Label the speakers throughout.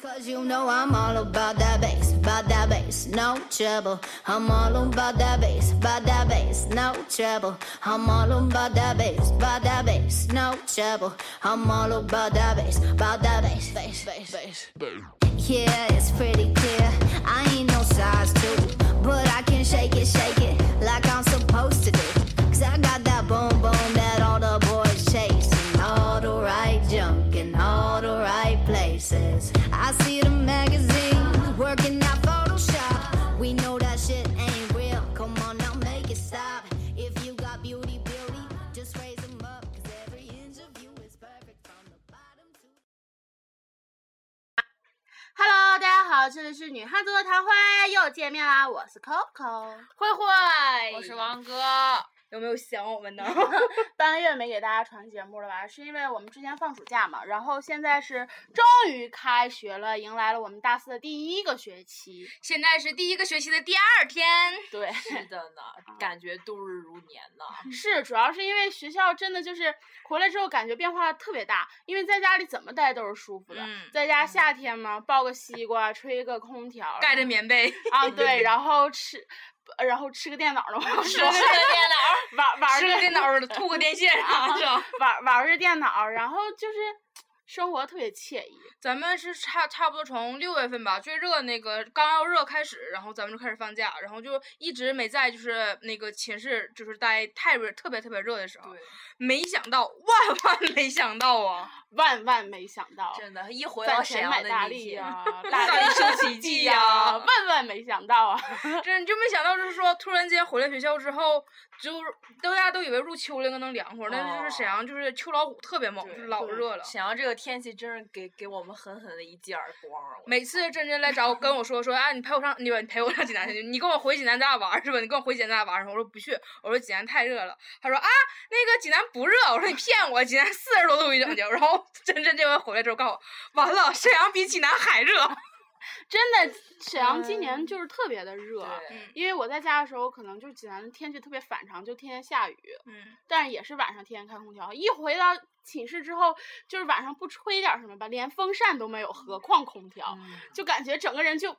Speaker 1: Cause you know I'm all about that bass, about that bass, no trouble. I'm all about that bass, about that bass, no trouble. I'm all about that bass, about that bass, no trouble. I'm all about that bass, about that bass, bass, bass, bass. Yeah, it's pretty clear. I ain't no size two, but I can shake it, shake it like I'm supposed to do. Cause I got that boom boom that all the boys chase. and All the right junk in all the right places. I see the magazines working out Photoshop. We know that shit ain't real. Come on now, make it stop. If you got beauty, beauty, just raise them up. Cause every inch of you is perfect from the bottom to
Speaker 2: Hello，大家好，这里是女汉子的桃花，又见面啦！我是 Coco，
Speaker 3: 慧慧，
Speaker 2: 我是
Speaker 3: 王 哥，有没有想我们呢？
Speaker 2: 半个月没给大家传节目了吧？是因为我们之前放暑假嘛，然后现在是终于开学了，迎来了我们大四的第一个学期。
Speaker 3: 现在是第一个学期的第二天， 啊
Speaker 2: 对，
Speaker 4: 是的呢，感觉度日如年呢。
Speaker 2: 是主要是因为学校真的就是回来之后感觉变化特别大，因为在家里怎么待都是舒服的，
Speaker 3: 嗯
Speaker 2: 在家夏天嘛，抱个西瓜，吹个空调，
Speaker 3: 盖着棉 被，
Speaker 2: 啊对，然后吃，呃然后吃个电脑呢，我要
Speaker 3: 吃
Speaker 2: 说
Speaker 3: 个电脑，
Speaker 2: 玩玩
Speaker 3: 吃
Speaker 2: 个
Speaker 3: 个电 脑，吐个电线上这种。
Speaker 2: 玩玩着电脑，然后就是生活特别惬意。
Speaker 3: 咱们是差差不多从六月份吧，最热那个刚要热开始，然后咱们就开始放假，然后就一直没在就是那个寝室就是待太热特别特别热的时候，
Speaker 2: 啊
Speaker 3: 没想到万万没想到啊，
Speaker 2: 万万没想到，
Speaker 4: 真的，一回到
Speaker 2: 攒
Speaker 4: 沈
Speaker 2: 钱
Speaker 4: 阳
Speaker 2: 买
Speaker 4: 的
Speaker 2: 大
Speaker 4: 那
Speaker 2: 力
Speaker 3: 啊
Speaker 4: 天，
Speaker 2: 呀、
Speaker 3: 大
Speaker 2: 力
Speaker 3: 力士奇迹
Speaker 2: 呀、
Speaker 3: 呀
Speaker 2: 万万没想到啊！
Speaker 3: 真就没想到，就是说突然间回来学校之后，就是都大家都以为入秋了，应该能凉快儿，但是就是沈阳就是秋老虎特别猛，
Speaker 4: 对
Speaker 3: 就是老
Speaker 2: 对
Speaker 3: 热了。
Speaker 4: 沈阳这个天气真是给给我们狠狠的一记耳光啊！我
Speaker 3: 每次真真来找我跟我说说，哎，你陪我上，你你陪我上济南去，你跟我回济南咱俩玩儿是吧？你跟我回济南咱俩玩儿，我说不去，我说济南太热了。他说啊，那个济南不热，我说你骗我，济南四十多度一整就。然后真真这回回来之后告诉我，完了，沈阳比济南还热。
Speaker 2: 真的，沈阳今
Speaker 3: 嗯
Speaker 2: 年就是特别的热。
Speaker 4: 对，
Speaker 2: 因为我在家的时候，可能就是济南的天气特别反常，就天天下雨，
Speaker 3: 嗯，
Speaker 2: 但是也是晚上天天开空调。一回到寝室之后，就是晚上不吹点儿什么吧，连风扇都没有，何况空调，
Speaker 3: 嗯
Speaker 2: 就感觉整个人就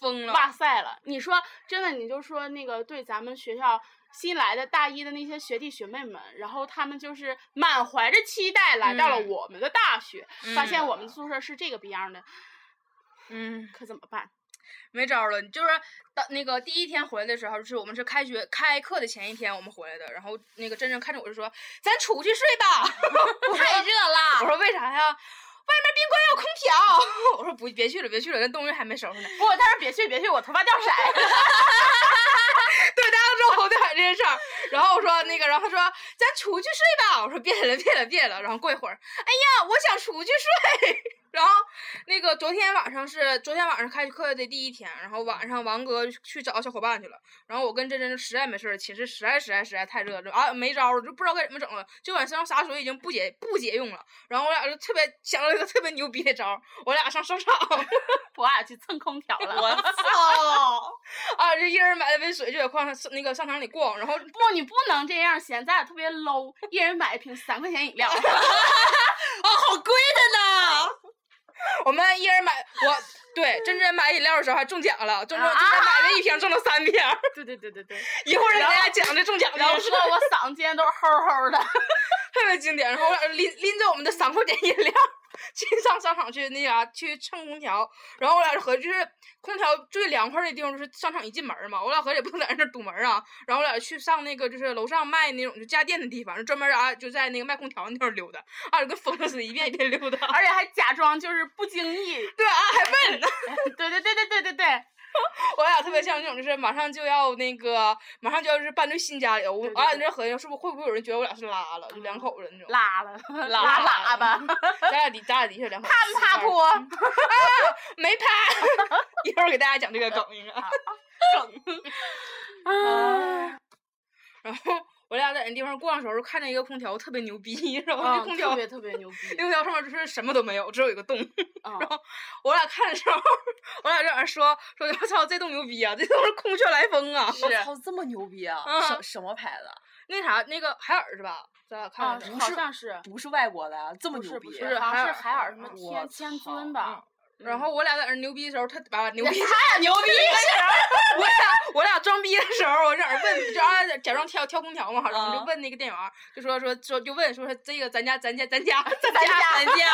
Speaker 3: 疯了。
Speaker 2: 哇塞了！你说真的，你就说那个对咱们学校新来的大一的那些学弟学妹们，然后他们就是满怀着期待来到了
Speaker 3: 嗯
Speaker 2: 我们的大学，发现
Speaker 3: 嗯
Speaker 2: 我们宿舍是这个逼样的，
Speaker 3: 嗯。
Speaker 2: 可怎么办？
Speaker 3: 没招儿了，就是到那个第一天回来的时候，就是我们是开学开课的前一天我们回来的，然后那个真真看着我就说：“咱出去睡 吧，太热了。”我说：“为啥呀？”外面宾馆有空调。我说不，别去了，别去了，那冬运还没收拾呢。
Speaker 2: 不，他说别去别去，我头发掉色儿。
Speaker 3: 对，大家都知道侯海这件事儿。然后我说那个，然后他说咱出去睡吧。我说别了，别了，别了。然后过一会儿，哎呀，我想出去睡。 然后那个昨天晚上是昨天晚上开课的第一天，然后晚上王哥去找小伙伴去了。然后我跟真真实在没事儿，寝室实在实在实在太热了啊，没招儿了，就不知道该怎么整了。就晚上洒水已经不解不解用了。然后我俩就特别想到一个特别牛逼的招儿，我俩上商场
Speaker 2: 我俩去蹭空调了。
Speaker 4: 我操！
Speaker 3: 啊，就一人买了杯水，就在逛上那个商场里逛，然后
Speaker 2: 不，你不能这样，显得咱俩特别 low，一人买一瓶三块钱饮料。
Speaker 4: 啊，好贵的呢！
Speaker 3: 我们一人买，我对真真买饮料的时候还中奖了，中中
Speaker 2: 啊
Speaker 3: 真真买了一瓶，中了三瓶。
Speaker 2: 对对对对对。
Speaker 3: 一会儿给大家讲这中奖
Speaker 2: 然后
Speaker 3: 的事
Speaker 2: 哎说，我嗓子今天都是齁齁的。
Speaker 3: 特别经典。然后我俩拎拎着我们的三块钱饮料，去上商场去那啥去蹭空调。然后我俩合计就是空调最凉快的地方就是商场一进门儿嘛，我俩合计也不能在那儿堵门儿啊。然后我俩去上那个就是楼上卖那种就家电的地方，就专门啊就在那个卖空调那地方溜达，啊就跟疯了似的，一遍一遍溜达。
Speaker 2: 而且还假装就是不经意。
Speaker 3: 对啊，还问呢。
Speaker 2: 对对对对对对对。
Speaker 3: 我俩特别像那种，就是马上就要那个，马上就要是搬到新家里了。我
Speaker 2: 对对
Speaker 3: 俺这合计，是不是会不会有人觉得我俩是拉了，就两口子那种。
Speaker 2: 拉了，
Speaker 3: 拉
Speaker 2: 拉喇 叭，
Speaker 3: 咱俩的，咱俩的确两口子。
Speaker 2: 他们爬
Speaker 3: 四个 人
Speaker 2: 坡，
Speaker 3: 没趴。一会儿给大家讲这个梗应该。
Speaker 2: 啊
Speaker 3: 然后我俩在那地方逛的时候，就看见一个空调特别牛逼，然后那空
Speaker 2: 嗯
Speaker 3: 调
Speaker 2: 特别特别牛逼，
Speaker 3: 那空调上面就是什么都没有，只有一个洞。
Speaker 2: 嗯
Speaker 3: 我俩看的时候，我俩就在那说说，我操，这洞牛逼啊，这都是空穴来风啊。
Speaker 4: 我操，这么牛逼啊！
Speaker 3: 嗯
Speaker 4: 什什么牌子？
Speaker 3: 那啥，那个海尔是吧？咱俩看
Speaker 2: 啊，
Speaker 3: 的时候
Speaker 2: 好像是，
Speaker 4: 不是外国的啊，这么
Speaker 2: 不
Speaker 4: 牛
Speaker 2: 是
Speaker 4: 逼！
Speaker 2: 不
Speaker 3: 是
Speaker 2: 好像
Speaker 3: 海
Speaker 2: 是
Speaker 3: 尔
Speaker 2: 海尔什么
Speaker 4: 我
Speaker 2: 天千
Speaker 4: 操
Speaker 2: 尊吧？
Speaker 3: 然后我俩在那儿牛逼的时候，他把牛逼
Speaker 2: 俩牛逼
Speaker 3: 我俩我俩装逼的时候，我在那儿问，就啊假装跳跳空调嘛，然后就
Speaker 4: 啊
Speaker 3: 问那个店员儿，就说说说就问说说这个咱家咱家咱家 咱
Speaker 4: 咱家咱 家，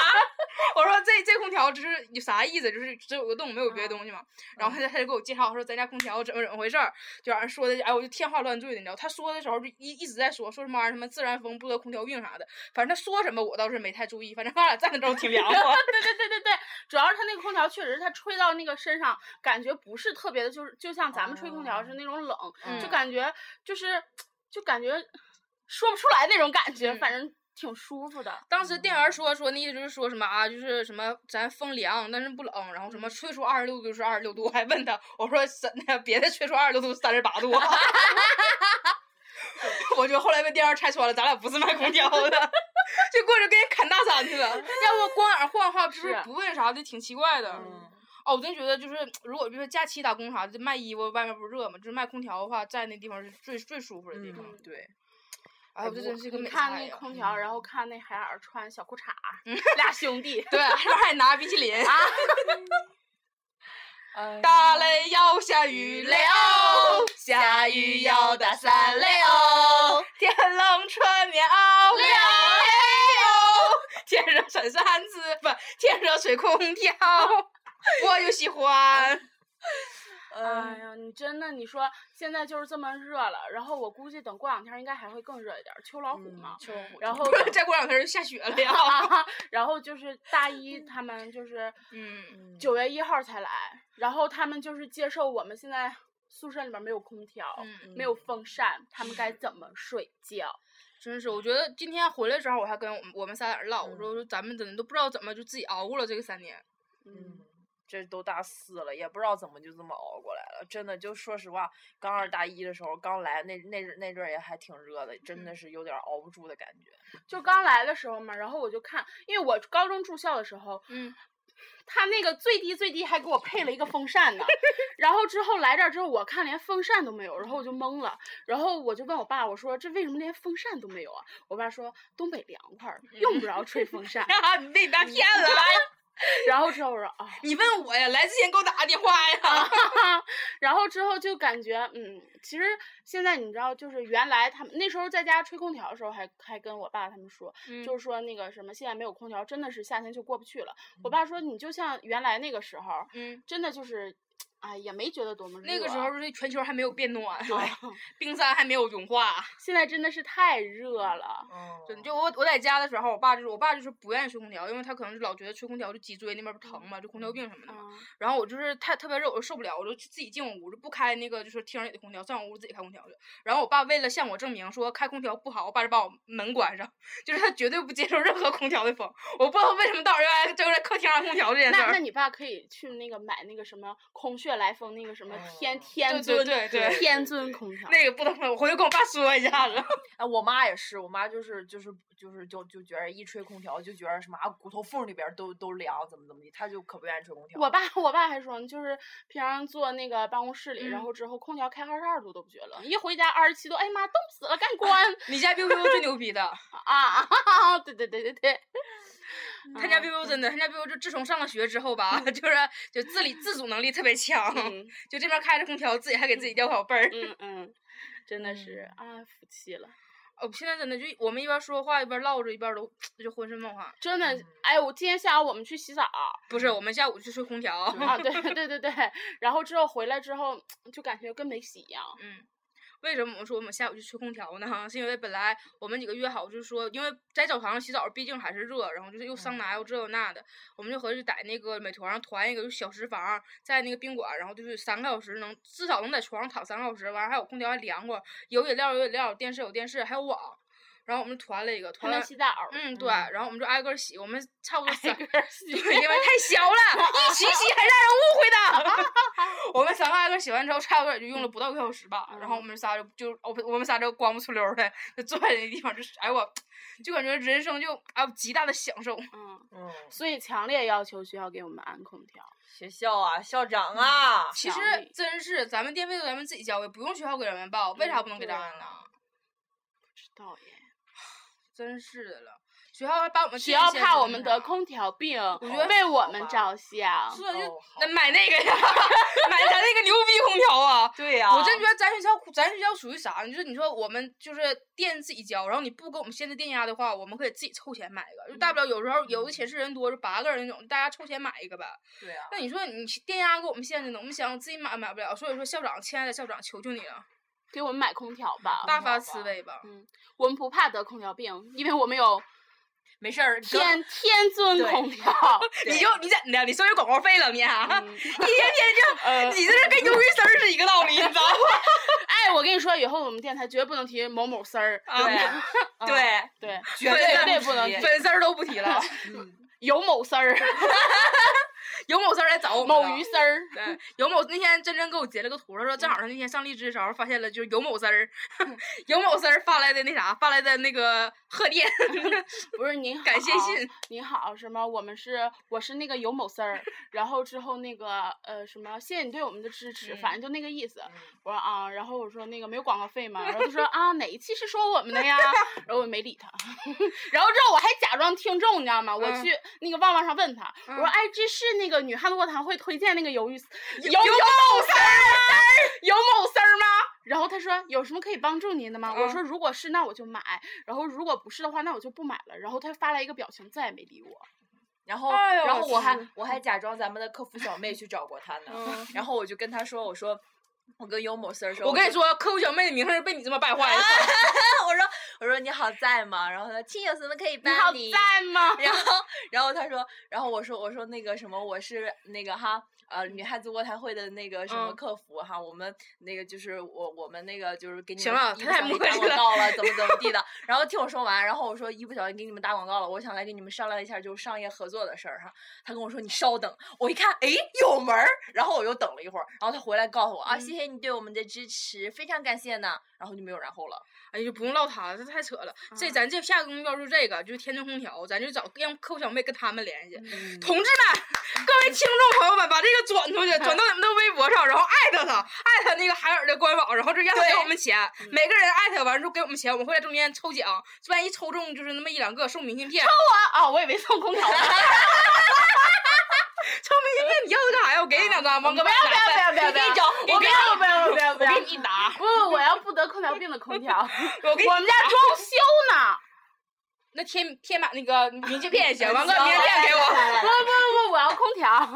Speaker 3: 我说这这空调就是有啥意思？就是只有个洞，没有别的东西嘛。然后他就他就给我介绍说咱家空调怎么怎么回事儿，就让人说的，哎，我就天花乱坠的，你知道？他说的时候就一一直在说说什么玩意儿，啊什么自然风、不得空调病啥的，反正他说什么我倒是没太注意，反正他俩站那之后挺凉快。
Speaker 2: 对对对对对，主要是它那个空调确实，它吹到那个身上，感觉不是特别的，就是就像咱们吹空调是那种冷，就
Speaker 3: 嗯
Speaker 2: 感觉就是就感觉说不出来那种感觉，
Speaker 3: 嗯
Speaker 2: 反正挺舒服的。
Speaker 3: 当时店员说说那意思就是说什么啊，就是什么咱风凉，但是不冷，然后
Speaker 2: 嗯
Speaker 3: 什么吹出二十六度就是二十六度，我还问他，我说真的别的吹出二十六度三十八度。啊 我就后来被店员拆穿了，咱俩不是卖空调的， 就过去给人砍大山 去了。要不光眼晃晃，就是
Speaker 2: 是
Speaker 3: 不问啥的，挺奇怪的。
Speaker 4: 嗯
Speaker 3: 哦，我真觉得就是，如果就是假期打工啥的，卖衣服外面不热嘛，就是卖空调的话，在那地方是最最舒服的地方。
Speaker 2: 嗯
Speaker 3: 对，哎，我这真是个
Speaker 2: 你
Speaker 3: 美
Speaker 2: 看
Speaker 3: 菜
Speaker 2: 那
Speaker 3: 呀嗯
Speaker 2: 空调，然后看那海尔穿小裤衩儿， 俩兄弟
Speaker 3: 对，然后还拿冰淇淋。
Speaker 2: 啊，
Speaker 4: 哎
Speaker 3: 打雷要下雨嘞哦，下雨要打伞嘞哦，天冷穿棉袄嘞哦，天热穿衫子不，天热吹空 调，我就喜欢。嗯
Speaker 4: 嗯
Speaker 2: 哎呀，你真的，你说现在就是这么热了，然后我估计等过两天儿应该还会更热一点儿，秋老虎
Speaker 3: 嗯
Speaker 2: 嘛。
Speaker 4: 秋老虎
Speaker 2: 然后
Speaker 3: 再过两天就下雪 了呀。
Speaker 2: 啊，然后就是大一他们就是
Speaker 3: 嗯，
Speaker 2: 九月一号才来，然后他们就是接受我们现在宿舍里面没有空调，
Speaker 3: 嗯
Speaker 2: 没有风扇，他们该怎么睡觉？
Speaker 3: 真是，我觉得今天回来之后，我还跟我们我们仨在那儿唠，我说我说咱们真的都不知道怎么就自己熬过了这个三年。
Speaker 2: 嗯，
Speaker 4: 这都大四了，也不知道怎么就这么熬过来了。真的，就说实话，刚二大一的时候，刚来那那那阵儿也还挺热的，真
Speaker 3: 嗯
Speaker 4: 的是有点儿熬不住的感觉。
Speaker 2: 就刚来的时候嘛，然后我就看，因为我高中住校的时候，
Speaker 3: 嗯，。
Speaker 2: 他那个最低最低还给我配了一个风扇呢，然后之后来这儿之后，我看连风扇都没有，然后我就懵了，然后我就问我爸，我说这为什么连风扇都没有啊？我爸说东北凉快儿，用不着吹风扇
Speaker 3: 呀， 你被你爸骗了！
Speaker 2: 然后之后我说啊，
Speaker 3: 你问我呀，来之前给我打个电话呀。
Speaker 2: 然后之后就感觉，嗯，其实现在你知道，就是原来他们那时候在家吹空调的时候还，还跟我爸他们说，
Speaker 3: 嗯
Speaker 2: 就是说那个什么，现在没有空调，真的是夏天就过不去了。我爸说，你就像原来那个时候，
Speaker 3: 嗯，
Speaker 2: 真的就是，哎，也没觉得多么热。
Speaker 3: 那个时候这全球还没有变暖，
Speaker 2: 啊，
Speaker 3: 冰山还没有融化。
Speaker 2: 现在真的是太热了。
Speaker 4: 嗯
Speaker 3: 真的，就我我在家的时候，我爸就是我爸就是不愿意吹空调，因为他可能是老觉得吹空调就脊椎那边不疼嘛，就空调病什么的嘛。
Speaker 2: 啊，
Speaker 3: 然后我就是太特别热，我就受不了，我就自己进我屋，就不开那个就是厅里的空调，上我屋自己开空调去。然后我爸为了向我证明说开空调不好，我爸就把我门关上， 就是他绝对不接受任何空调的风。我不知道为什么到时候要就在客厅上空调这件事
Speaker 2: 那那
Speaker 3: 儿。
Speaker 2: 你爸可以去那个买那个什么空穴来风那个什么天
Speaker 4: 哦
Speaker 2: 天
Speaker 3: 对
Speaker 2: 尊
Speaker 3: 对对对
Speaker 2: 天尊空调。
Speaker 3: 那个不能碰，我回去跟我爸说一下子。
Speaker 4: 哎，我妈也是，我妈就是就是就是就就觉得一吹空调就觉得什么啊骨头缝里边儿都都凉，怎么怎么的，她就可不愿意吹空调。
Speaker 2: 我爸我爸还说呢，就是平常坐那个办公室里，然
Speaker 3: 嗯
Speaker 2: 后之后空调开二十二度都不觉得冷，一回家二十七度，哎呀妈，冻死 了，赶紧关
Speaker 3: 你家 biu biu 最牛逼的，
Speaker 2: 啊！ 对对对对对，嗯
Speaker 3: 他
Speaker 2: 啊
Speaker 3: 家 biu biu 真的，他家 biu biu 就自从上了学之后吧， 就是就自理自主能力特别强，
Speaker 2: 嗯
Speaker 3: 就这边开着空调，自己还给自己掉小被儿。
Speaker 2: 嗯嗯，真的是
Speaker 3: 嗯
Speaker 2: 啊，服气了，
Speaker 3: 哦，现在真的就我们一边说话一边唠着，一边都就浑身冒汗。
Speaker 2: 真的，
Speaker 3: 嗯
Speaker 2: 哎，我今天下午我们去洗澡啊，
Speaker 3: 不是，我们下午去吹空调。
Speaker 2: 对 对对对，然后之后回来之后就感觉跟没洗一样，
Speaker 3: 嗯为什么我们说我们下午去吹空调呢？ 是因为本来我们几个约好，就是说，因为在澡堂洗澡，毕竟还是热，然后就是又
Speaker 2: 嗯
Speaker 3: 桑拿又这又那的，我们就合计在那个美团上团一个就是小时房，在那个宾馆，然后就是三个小时能至少能在床上躺三个小时，完了还有空调还凉快，有饮料有饮料，电视有电视，还有网。然后我们团了一个，
Speaker 2: 还
Speaker 3: 团
Speaker 2: 能
Speaker 3: 完，
Speaker 2: 洗澡，
Speaker 3: 嗯对，然后我们就挨个儿洗，我们差不多三
Speaker 2: 挨个儿洗
Speaker 3: 对， 因为太小了， 一洗洗还让人误会的。我们三个挨个洗完之后，差不多也就用了不到一个小
Speaker 2: 嗯
Speaker 3: 时吧。然后我们仨就就我们我们仨就光不出溜儿的，就坐在那地方，就是哎我，就感觉人生就啊极大的享受。
Speaker 2: 嗯，
Speaker 4: 嗯，
Speaker 2: 所以强烈要求学校给我们安空调，
Speaker 4: 学校啊，校长啊，
Speaker 3: 其实
Speaker 2: 奖励
Speaker 3: 真是咱们电费都咱们自己交，也不用学校给咱们
Speaker 2: 嗯
Speaker 3: 报，为啥不能给咱
Speaker 4: 对
Speaker 3: 们
Speaker 4: 啊
Speaker 3: 呢？
Speaker 2: 不知道耶，
Speaker 3: 真是的了。学校把我们
Speaker 2: 学
Speaker 3: 电
Speaker 2: 校
Speaker 3: 线
Speaker 2: 怕
Speaker 3: 怎
Speaker 2: 我
Speaker 3: 么
Speaker 2: 们
Speaker 3: 着
Speaker 2: 得空调病，
Speaker 3: 觉得
Speaker 2: 为我们着想。
Speaker 3: 是的，啊就
Speaker 4: 哦好
Speaker 3: 那买那个呀， 买咱那个牛逼空调啊！
Speaker 4: 对呀
Speaker 3: 我真觉得咱学校，咱学校属于啥？你就是你说我们就是电自己交，然后你不给我们限制电压的话，我们可以自己凑钱买一个。就大不了有时候有的寝室人多，就八个人那种，大家凑钱买一个呗。
Speaker 4: 对呀、
Speaker 3: 那你说你电压给我们限制呢，我们想自己买买不了，所以说校长，亲爱的校长，求求你了，
Speaker 2: 给我们买空调吧，
Speaker 3: 大发
Speaker 4: 吧
Speaker 3: 慈悲啊吧！
Speaker 2: 我们不怕得空调病，因为我们有
Speaker 4: 没事儿，哥
Speaker 2: 天天尊
Speaker 4: 对
Speaker 2: 空 调。
Speaker 3: 你就你怎的？你收人广告费了你还？
Speaker 2: 嗯
Speaker 3: 一天天就、
Speaker 2: 呃
Speaker 3: 你这是跟鱿鱼丝儿是一个道 理，你知道吗？
Speaker 2: 哎，我跟你说，以后我们电台绝对不能提某某丝儿，
Speaker 3: 啊
Speaker 2: 嗯
Speaker 3: 对。
Speaker 2: 对，
Speaker 4: 绝
Speaker 3: 粉丝
Speaker 4: 对
Speaker 2: 不能
Speaker 4: 提
Speaker 2: 对
Speaker 3: 粉丝儿都不提 了，
Speaker 2: 有某丝儿，
Speaker 3: 有某丝儿来找我们
Speaker 2: 某
Speaker 3: 了
Speaker 2: 鱼丝儿，
Speaker 3: 对，哎有某那天真真给我截了个图，他说正好他那天上荔枝的时候发现了，就是有某丝儿，
Speaker 2: 嗯
Speaker 3: 有某丝儿发来的那啥，发来的那个贺电，
Speaker 2: 不是您好，
Speaker 3: 感谢信，
Speaker 2: 您好，什么？我们是我是那个有某丝儿，然后之后那个呃什么，谢谢你对我们的支持，
Speaker 3: 嗯
Speaker 2: 反正就那个意思。我说啊，然后我说那个没有广告费吗？然后他说啊，哪一期是说我们的呀？然后我没理他， 然后之后我还假装听众，你知道吗？我
Speaker 3: 嗯
Speaker 2: 去那个旺旺上问他，我说
Speaker 3: 嗯
Speaker 2: 哎，这是那个女汉子卧谈会推荐那个鱿鱼丝，有
Speaker 3: 有
Speaker 2: 某丝儿吗？有某丝儿吗？然后他说有什么可以帮助您的吗？我
Speaker 3: 嗯
Speaker 2: 说如果是那我就买，然后如果不是的话那我就不买了。然后他发来一个表情，再也没理我。
Speaker 4: 然后，
Speaker 3: 哎呦
Speaker 4: 然后
Speaker 3: 我
Speaker 4: 我还
Speaker 3: 去
Speaker 4: 我还假装咱们的客服小妹去找过他 呢，
Speaker 3: 嗯
Speaker 4: 然后我就跟他说，我说我跟尤某丝儿说，
Speaker 3: 我跟你
Speaker 4: 说，
Speaker 3: 说，客户小妹的名声被你这么败坏了，
Speaker 2: 啊
Speaker 4: 我说我说你好在吗？然后他说亲有什么可以
Speaker 2: 你好
Speaker 4: 帮你？
Speaker 2: 在吗？
Speaker 4: 然后然后他说，然后我说我说那个什么，我是那个哈呃女汉子卧谈会的那个什么
Speaker 3: 嗯
Speaker 4: 客服哈，我们那个就是我我们那个就是给你
Speaker 3: 行
Speaker 4: 们
Speaker 3: 了
Speaker 4: 一
Speaker 3: 他
Speaker 4: 不
Speaker 3: 太
Speaker 4: 小心
Speaker 3: 磨
Speaker 4: 打
Speaker 3: 叽
Speaker 4: 广
Speaker 3: 了
Speaker 4: 告了，怎么怎么地 的。然后听我说完，然后我说一不小心给你们打广告了，我想来跟你们商量一下就是商业合作的事儿哈。他跟我说你稍等，我一看哎有门儿，然后我又等了一会儿，然后他回来告诉我啊，
Speaker 3: 嗯
Speaker 4: 谢谢你对我们的支持，非常感谢呢，然后就没有然后了。
Speaker 3: 哎就不用唠他了，这太扯了。这
Speaker 2: 啊
Speaker 3: 咱这下个目标就是这个，就是天津空调，咱就找让客户小妹跟他们联系。同志们，各位听众朋友们，把这个转出去，转到你们的微博上，然后艾特他，艾特那个海尔的官网，然后就让他给
Speaker 4: 对
Speaker 3: 我们钱，每个人艾特完之后给我们钱，我们会在中间抽奖，万一抽中就是那么一两个送明信片，抽
Speaker 2: 啊啊，我以为送空调呢。
Speaker 3: 明信片你要它干啥呀？我给你两张，王哥
Speaker 2: 不要不要不要不要！
Speaker 3: 给你
Speaker 2: 我不
Speaker 3: 给
Speaker 2: 要不要不要不要！
Speaker 3: 我给你一打
Speaker 2: 不不，我要不得空调病的空 调。
Speaker 3: 我给你
Speaker 2: 我们家装修呢。
Speaker 3: 那贴贴满那个明信片也 哎行，王哥
Speaker 4: 行
Speaker 3: 明信片给我。
Speaker 2: 不不不，我要空调。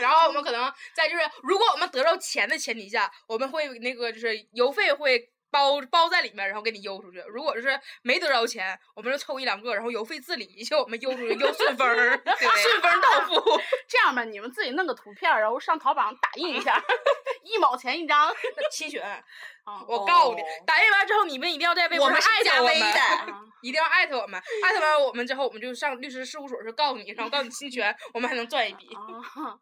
Speaker 3: 然后我们可能在就是，如果我们得到钱的前提下，我们会那个就是邮费会包包在里面，然后给你邮出去。如果就是没得着钱，我们就抽一两个，然后邮费自理，就我们邮出去，邮顺丰儿，顺丰到付。
Speaker 2: 这样吧，你们自己弄个图片，然后上淘宝上打印一下， 一毛钱一 张。
Speaker 3: 期权，
Speaker 2: 啊
Speaker 3: 我告诉你
Speaker 4: 哦，
Speaker 3: 打印完之后，你们一定要在微博
Speaker 4: 我
Speaker 3: 上
Speaker 4: 们是
Speaker 3: 艾
Speaker 4: 加
Speaker 3: 特我
Speaker 4: 微
Speaker 3: 们
Speaker 4: 的。
Speaker 3: 一定要艾特我们，艾特完我们之后，我们就上律师事务所去告你，然后告你侵权，我们还能赚一笔。
Speaker 2: 啊，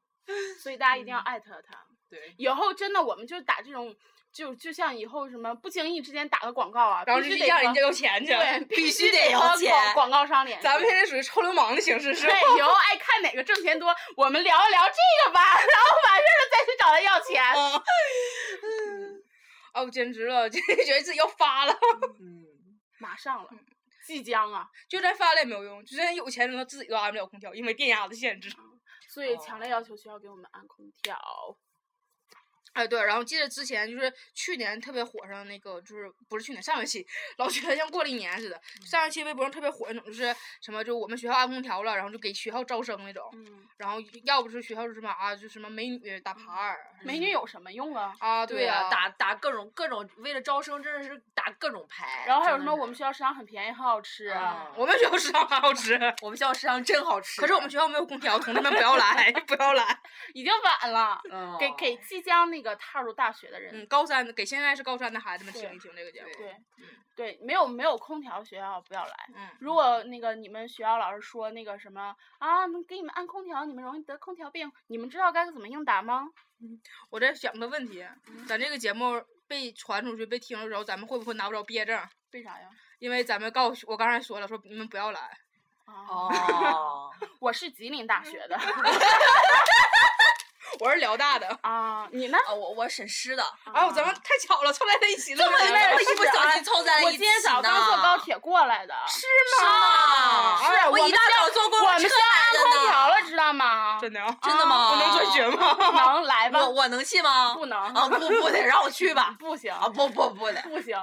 Speaker 2: 所以大家一定要艾特他。
Speaker 4: 对，
Speaker 2: 以后真的，我们就打这种，就就像以后什么不经意之间打个广告啊，
Speaker 3: 然后
Speaker 2: 必
Speaker 3: 就
Speaker 2: 须得
Speaker 3: 去让人
Speaker 2: 和
Speaker 3: 家要钱去，
Speaker 2: 对，
Speaker 4: 必须
Speaker 2: 须
Speaker 4: 得
Speaker 2: 得
Speaker 4: 有
Speaker 2: 和
Speaker 4: 钱
Speaker 2: 广广告商联系。
Speaker 3: 咱们现在属于臭流氓的形式，是吧？
Speaker 2: 对，以后爱看哪个挣钱多，我们聊一聊这个吧， 然后完事儿了再去找他要钱。
Speaker 3: 嗯， 哦，简直了，就 觉得自己要发了，
Speaker 4: 嗯，
Speaker 2: 马上了，即将啊，
Speaker 3: 就算发了也没有用，就算有钱人自己都安不了空调，因为电压的限制。
Speaker 2: 所
Speaker 3: 哦
Speaker 2: 以强烈要求学校给我们安空调。
Speaker 3: 哎，对，然后记得之前就是去年特别火上那个，就是不是去年上学期，老觉得像过了一年似的。上学期微博上特别火那种，就是什么，就我们学校安空调了，然后就给学校招生那种，
Speaker 2: 嗯，
Speaker 3: 然后要不是学校是什么啊，就什么美女打牌儿
Speaker 2: 美女有什么用啊？
Speaker 3: 嗯 啊，
Speaker 4: 对
Speaker 3: 呀、
Speaker 4: 呀、打打各种各种，为了招生真的是打各种牌。
Speaker 2: 然后还有
Speaker 4: 真
Speaker 2: 什
Speaker 4: 的
Speaker 2: 么？我
Speaker 4: 是
Speaker 2: 们学校食堂很便宜，很好吃。
Speaker 4: 啊
Speaker 3: 我们学校食堂还 好吃，
Speaker 4: 我们学校食堂真好吃。
Speaker 3: 可 是我们学校没有空调，同志们不要来， 不要来。
Speaker 2: 已经晚了，
Speaker 3: 哦
Speaker 4: 嗯
Speaker 2: 给给即将那个踏入大学的人，
Speaker 3: 嗯，高三的给现在是高三的孩子们
Speaker 2: 对
Speaker 3: 听一听这个节目。
Speaker 2: 对对，没有没有空调的学校不要来。
Speaker 3: 嗯，
Speaker 2: 如果那个你们学校老师说那个什么啊，能给你们安空调，你们容易得空调病，你们知道该怎么应答吗？
Speaker 3: 我在想个问题，咱这个节目被传出去、被听的时候，咱们会不会拿不着毕业证？
Speaker 2: 为啥呀？
Speaker 3: 因为咱们告诉我刚才说了，说你们不要来。
Speaker 2: 啊，
Speaker 4: 哦，
Speaker 2: 我是吉林大学的，
Speaker 3: 我是辽大的。
Speaker 2: 啊，你呢？
Speaker 4: 啊，我我沈师 的，
Speaker 3: 哎呦，咱们太巧了，凑在了一起了。
Speaker 4: 这么
Speaker 3: 原
Speaker 4: 应
Speaker 3: 来
Speaker 4: 该
Speaker 3: 是
Speaker 4: 是一不小心凑在了
Speaker 2: 我
Speaker 4: 一
Speaker 2: 今
Speaker 4: 起
Speaker 2: 天早上刚坐
Speaker 4: 呢
Speaker 2: 高铁过来的，
Speaker 3: 是
Speaker 4: 啊
Speaker 3: 吗？
Speaker 2: 是
Speaker 4: 我
Speaker 2: 我
Speaker 4: 一
Speaker 2: 们
Speaker 4: 大早坐公
Speaker 2: 我
Speaker 4: 交
Speaker 2: 们
Speaker 4: 车
Speaker 2: 现在安空调
Speaker 4: 来的呢。
Speaker 2: 了，知道吗？
Speaker 3: 真的啊？
Speaker 4: 真 的吗
Speaker 3: 我能转学吗？
Speaker 2: 能来吧
Speaker 4: 我？我能去吗？
Speaker 2: 不能
Speaker 4: 啊，不不得让我去吧。
Speaker 2: 不行，
Speaker 4: 啊，不不不得。
Speaker 2: 不行，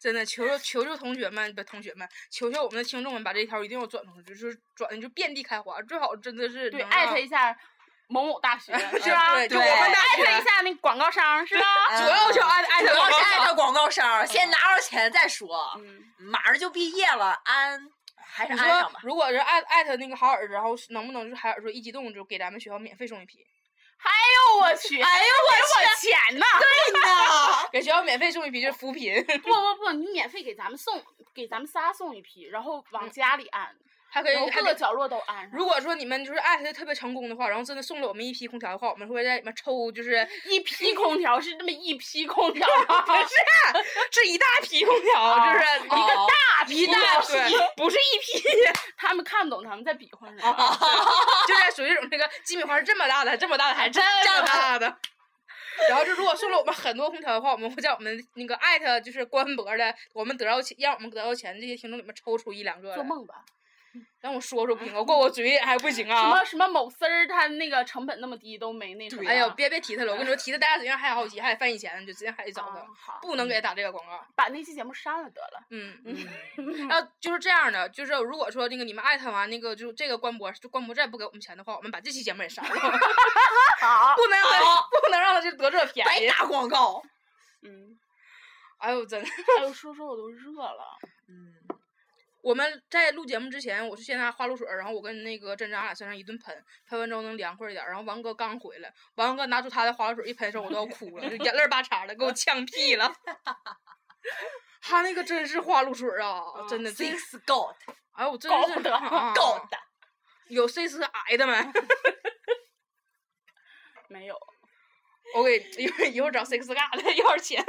Speaker 3: 真的，求求求求同学们，不同学们，求求我们的听众们，把这条一定要转出去，就是转就遍地开花，最好真的是
Speaker 2: 对，
Speaker 3: 能
Speaker 2: 艾
Speaker 3: 让
Speaker 2: 特一下某某大学是
Speaker 3: 嗯
Speaker 2: 吧？
Speaker 3: 对，就
Speaker 4: 对
Speaker 3: 我们大
Speaker 2: 艾
Speaker 3: 学
Speaker 2: 特一下那广告商是吧？
Speaker 4: 嗯
Speaker 3: 主要就艾特艾
Speaker 4: 主
Speaker 3: 特
Speaker 4: 要
Speaker 3: 广告
Speaker 4: 是爱
Speaker 3: 商
Speaker 4: 的广告商，先拿着钱再说。
Speaker 2: 嗯，
Speaker 4: 马上就毕业了，安还是
Speaker 3: 你
Speaker 4: 安上
Speaker 3: 说
Speaker 4: 吧。
Speaker 3: 如果是艾艾特那个海尔，然后是能不能就是海尔说一激动就给咱们学校免费送一批，
Speaker 2: 哎呦我去，
Speaker 4: 哎呦我
Speaker 2: 给我钱呐！
Speaker 4: 天呐！
Speaker 3: 给学校免费送一批就是扶贫，
Speaker 2: 不不不，你免费给咱们送，给咱们仨送一批，然后往家里安，
Speaker 3: 还可以
Speaker 2: 然后
Speaker 3: 还
Speaker 2: 各
Speaker 3: 得
Speaker 2: 个角落都安上。
Speaker 3: 如果说你们就是艾特的特别成功的话，然后真的送了我们一批空调的话，我们会在里面抽，就是
Speaker 2: 一批空调是这么一批空 调吗，
Speaker 3: 不是这一大批空调，
Speaker 4: 哦
Speaker 3: 就是
Speaker 2: 啊
Speaker 3: 一
Speaker 2: 一个
Speaker 3: 个
Speaker 2: 大批
Speaker 3: 一大
Speaker 2: 大
Speaker 3: 批
Speaker 2: 批，，啊
Speaker 3: 不是一批，
Speaker 2: 他们看懂，他们在比划什么？
Speaker 3: 对就是属于那种那个鸡米花是这么大的，这么大的，还这么大的。 然后，就如果送了我们很多空调的话，我们会在我们那个艾特就是官博的，我们得到钱，让我们得到钱这些听众里面抽出一两个来。
Speaker 2: 做梦吧！
Speaker 3: 让我说说不行啊，过我嘴瘾还不行
Speaker 2: 什
Speaker 3: 啊！
Speaker 2: 么什么某丝儿，它那个成本那么低，都没那什么。
Speaker 3: 哎呦，别别提他了，我跟你说，提他大家嘴上还好奇，还得翻以前，就直接还得找他，
Speaker 2: 啊好
Speaker 3: 不能给他打这个广告。
Speaker 2: 把那期节目删了得了。
Speaker 3: 嗯，然后就是这样的，就是如果说那个你们艾特完那个，就这个官博，就官博再不给我们钱的话，我们把这期节目也删了，
Speaker 2: 好，
Speaker 3: 不能让他
Speaker 4: 好
Speaker 3: 不能让他就得这便
Speaker 4: 白
Speaker 3: 宜。
Speaker 4: 打广告。
Speaker 2: 嗯，
Speaker 3: 哎呦，真的，
Speaker 2: 哎呦，说说我都热了。
Speaker 4: 嗯，
Speaker 3: 我们在录节目之前，我去先拿花露水儿，然后我跟那个珍珍俺俩身上一顿喷，喷完之后能凉快一点儿。然后王哥刚回来，王哥拿出他的花露水儿一喷的时候，我都要哭了，就眼泪儿巴嚓的给我呛屁了。他那个真是花露水儿啊，
Speaker 4: 嗯
Speaker 3: 真的，真
Speaker 4: Thanks God，
Speaker 3: 哎呦，我真
Speaker 2: 高
Speaker 3: 是
Speaker 2: 的
Speaker 3: 啊
Speaker 4: God，
Speaker 3: 有 C 是癌的没？
Speaker 2: 没有，
Speaker 3: 我给一会儿一会儿找 C 四嘎的要钱。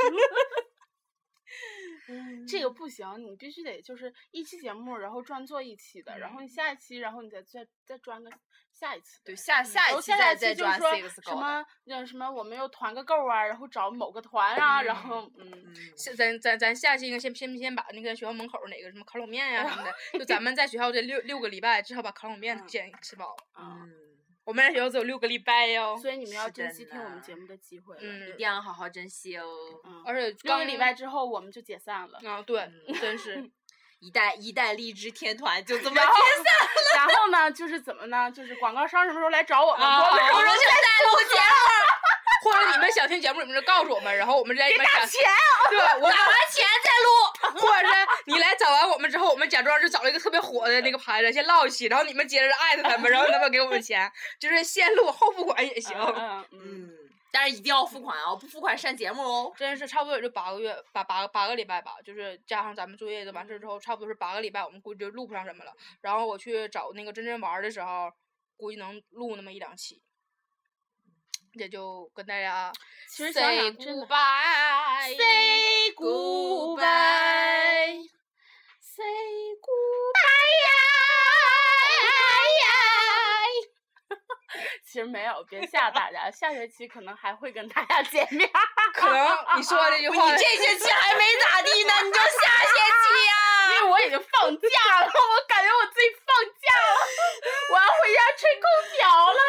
Speaker 2: 这个不行，你必须得就是一期节目，然后专做一期的，
Speaker 4: 嗯
Speaker 2: 然后你下一期，然后你再再再专个下一期的。
Speaker 4: 对，下啊嗯下
Speaker 2: 然
Speaker 4: 一
Speaker 2: 后
Speaker 4: 期再
Speaker 2: 下期
Speaker 4: 再
Speaker 2: 就是
Speaker 4: 转
Speaker 2: 说
Speaker 4: Six
Speaker 2: 什
Speaker 4: God。
Speaker 2: 么那什么，我们又团个购啊，然后找某个团啊，然后嗯，
Speaker 4: 嗯
Speaker 3: 下咱咱咱下期应该先先先把那个学校门口哪个什么烤冷面呀、什么的，就咱们在学校这六六个礼拜至少把烤冷面先吃饱。
Speaker 2: 啊，
Speaker 4: 嗯，
Speaker 3: 我们在学校只有六个礼拜哟，
Speaker 2: 所以你们要
Speaker 4: 是
Speaker 2: 珍
Speaker 4: 真
Speaker 2: 惜听我们
Speaker 4: 的
Speaker 2: 节目的机会了。
Speaker 4: 一
Speaker 3: 嗯，
Speaker 4: 定要好好珍惜哦。
Speaker 2: 嗯，
Speaker 3: 而且
Speaker 2: 六
Speaker 3: 刚
Speaker 2: 个礼拜之后我们就解散 了，
Speaker 3: 啊，对，
Speaker 4: 嗯
Speaker 3: 真 是
Speaker 4: 一代一代荔枝天团就这么
Speaker 2: 然 后
Speaker 4: 天
Speaker 2: 然后呢，就是怎么呢？就是广告商什么时候来
Speaker 4: 嗯
Speaker 2: 找我们，
Speaker 3: 啊
Speaker 2: 我们什么
Speaker 4: 我
Speaker 2: 时
Speaker 4: 们
Speaker 2: 候
Speaker 4: 就在录节目，
Speaker 3: 或者你们想听节目，你们就告诉我们，然后我们在里面想，
Speaker 2: 啊
Speaker 3: 对， 我
Speaker 4: 打完钱再录。
Speaker 3: 或者是你来找完我们之后，我们假装就找了一个特别火的那个牌子先唠一期，然后你们接着艾特他们，然后他们给我们钱，就是先录后付款也行。
Speaker 2: 嗯嗯，
Speaker 4: 嗯，但是一定要付款啊，不付款删节目 哦。
Speaker 3: 真是差不多也就八个月，八八八个礼拜吧，就是加上咱们作业都完事儿之后，差不多是八个礼拜，我们估计就录不上什么了。然后我去找那个真真玩儿的时候，估计能录那么一两期，也就跟大家
Speaker 2: 其实想
Speaker 3: say
Speaker 2: 想真的
Speaker 3: goodbye。
Speaker 2: Say goodbye, say goodbye。其实没有，别吓大家，下学期可能还会跟大家见面。
Speaker 3: 可能你说的这句
Speaker 4: 你
Speaker 3: 话，
Speaker 4: 这学期还没咋地呢，你就下学期啊呀、
Speaker 2: 因为我已经放假了， 我感觉我自己放假了，我要回家吹空调了。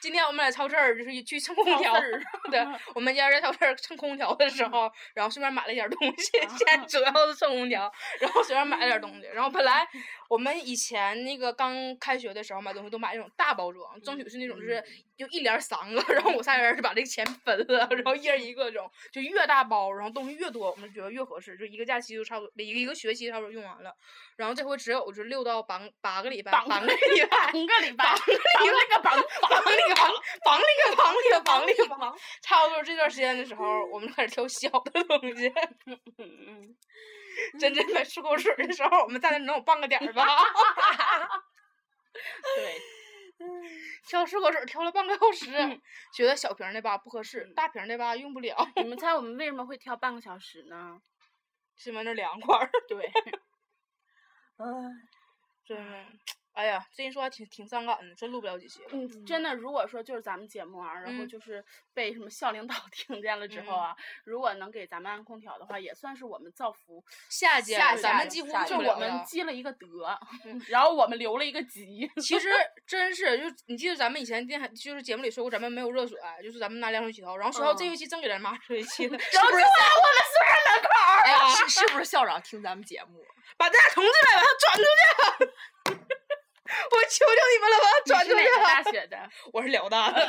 Speaker 3: 今天我们在超市儿就是去蹭空调
Speaker 2: 超市儿， 嗯
Speaker 3: 对，我们今天在超市儿蹭空调的时候，然后顺便买了一点儿东西，
Speaker 2: 啊
Speaker 3: 现在主要是蹭空调，然后随便买了点儿东西，然后本来我们以前那个刚开学的时候买东西都买那种大包装，争取是那种就是就一连儿三个，然后我仨人就把这个钱分了，然后一人一个这种，就越大包，然后东西越多，我们觉得越合适，就一个假期就差不多，一个一个学期差不多用完了，然后这回只有就是六到八八个礼拜，
Speaker 2: 绑
Speaker 3: 八个礼拜。
Speaker 2: 绑个礼拜，绑那个绑
Speaker 3: 绑里个绑，绑里个绑里个绑里个绑， 差不多这段时间的时候，我们开始挑小的东西。
Speaker 2: 嗯
Speaker 3: 真正买漱口水的时候，我们在那能有半个点儿吧？
Speaker 2: 对，
Speaker 3: 挑漱口水挑了半个小时，觉得小瓶儿的吧不合适，
Speaker 2: 嗯
Speaker 3: 大瓶儿的吧用不了，
Speaker 2: 你们猜我们为什么会挑半个小时呢？
Speaker 3: 是吗？那凉快儿，
Speaker 2: 对，
Speaker 4: 嗯，
Speaker 3: 真的。哎呀，最近说话挺挺伤感的，真录不了几期了。
Speaker 2: 嗯，真的，如果说就是咱们节目啊，然后
Speaker 3: 嗯
Speaker 2: 就是被什么校领导 听见了之后啊，如果能给咱们按空调的话，也算是我们造福
Speaker 3: 下届
Speaker 2: 下
Speaker 3: 了咱
Speaker 2: 下
Speaker 3: 们
Speaker 2: 届
Speaker 3: 几乎
Speaker 4: 下
Speaker 3: 录
Speaker 2: 就
Speaker 3: 不
Speaker 2: 我
Speaker 3: 了
Speaker 2: 们
Speaker 3: 了。
Speaker 2: 积了一嗯个德，然后我们留了一个 级。
Speaker 3: 其实真是，就是你记得咱们以前电台就是节目里说过，咱们没有热水，就是咱们拿凉水洗头，然后学校这
Speaker 4: 嗯
Speaker 3: 学期真给咱妈热水器了，
Speaker 4: 然后就在我们宿舍门口。哎呀，
Speaker 3: 哎呀
Speaker 4: 是是不是校长听咱们节目？
Speaker 3: 把咱俩同志们把他转出去！ 我求求你们了，把他转
Speaker 2: 你是
Speaker 3: 出
Speaker 2: 哪
Speaker 3: 去！
Speaker 2: 个大学的？
Speaker 3: 我是辽大 的，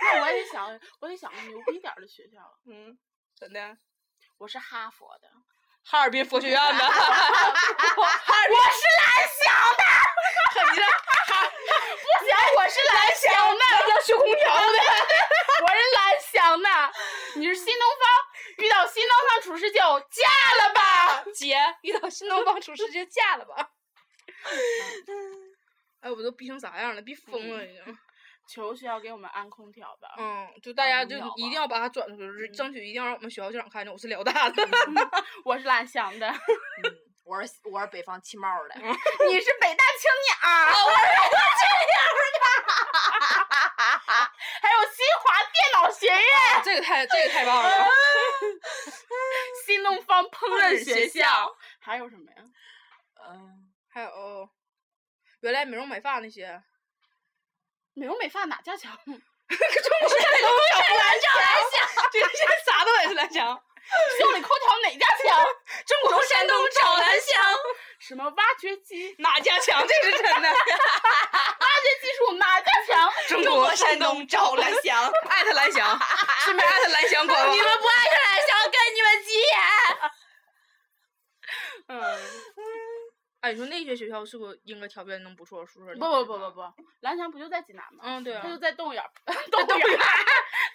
Speaker 2: 那我得想，我得想个牛逼点儿的学校。
Speaker 3: 嗯，怎的？
Speaker 2: 我是哈佛的，
Speaker 3: 哈尔滨佛学院 的，哈尔滨，我是蓝 翔的，你这哈
Speaker 2: 不行，我是蓝翔的，
Speaker 3: 要修空调的，
Speaker 2: 我是蓝翔的，你是新东方，遇到新东方厨师就嫁了吧。
Speaker 3: 姐遇到新东方厨师就嫁了吧。哎，我都逼成啥样了？逼疯了已经。
Speaker 2: 求学校给我们安空调吧。
Speaker 3: 嗯，就大家就
Speaker 4: 嗯秒
Speaker 3: 一定
Speaker 4: 吧
Speaker 3: 要把它转出去，争取一定要让我们学校校长看见我是辽大的。
Speaker 2: 我是蓝翔的，
Speaker 4: 嗯我是我是北方气帽 的，
Speaker 2: 你是北大青鸟儿，哦我是北大青鸟的， 还有新华电脑学院、
Speaker 3: 这个太这个太棒了！
Speaker 2: 新东方烹饪学
Speaker 3: 烹饪学校
Speaker 2: 校， 还有什么呀？
Speaker 4: 嗯，
Speaker 3: 还有原来美容美发那些，
Speaker 2: 美容美发哪家强？
Speaker 3: 这这啥都得是蓝翔。
Speaker 2: 修理空调哪家强？
Speaker 3: 中国山东找蓝 翔，
Speaker 2: 什么挖掘机、
Speaker 3: 哪家强？这是真的。
Speaker 2: 挖掘技术哪家强？
Speaker 3: 中国山东找蓝翔，艾特蓝翔，顺便艾特蓝翔官网。
Speaker 4: 你们不爱看蓝翔，跟你们急眼。
Speaker 2: 嗯，
Speaker 3: 哎，你说那些学校是不是应该条件能不错？宿舍
Speaker 2: 不不不不，不，蓝翔不就在济南吗？
Speaker 3: 嗯，对啊
Speaker 2: 他，就在动物园儿， 动物园儿，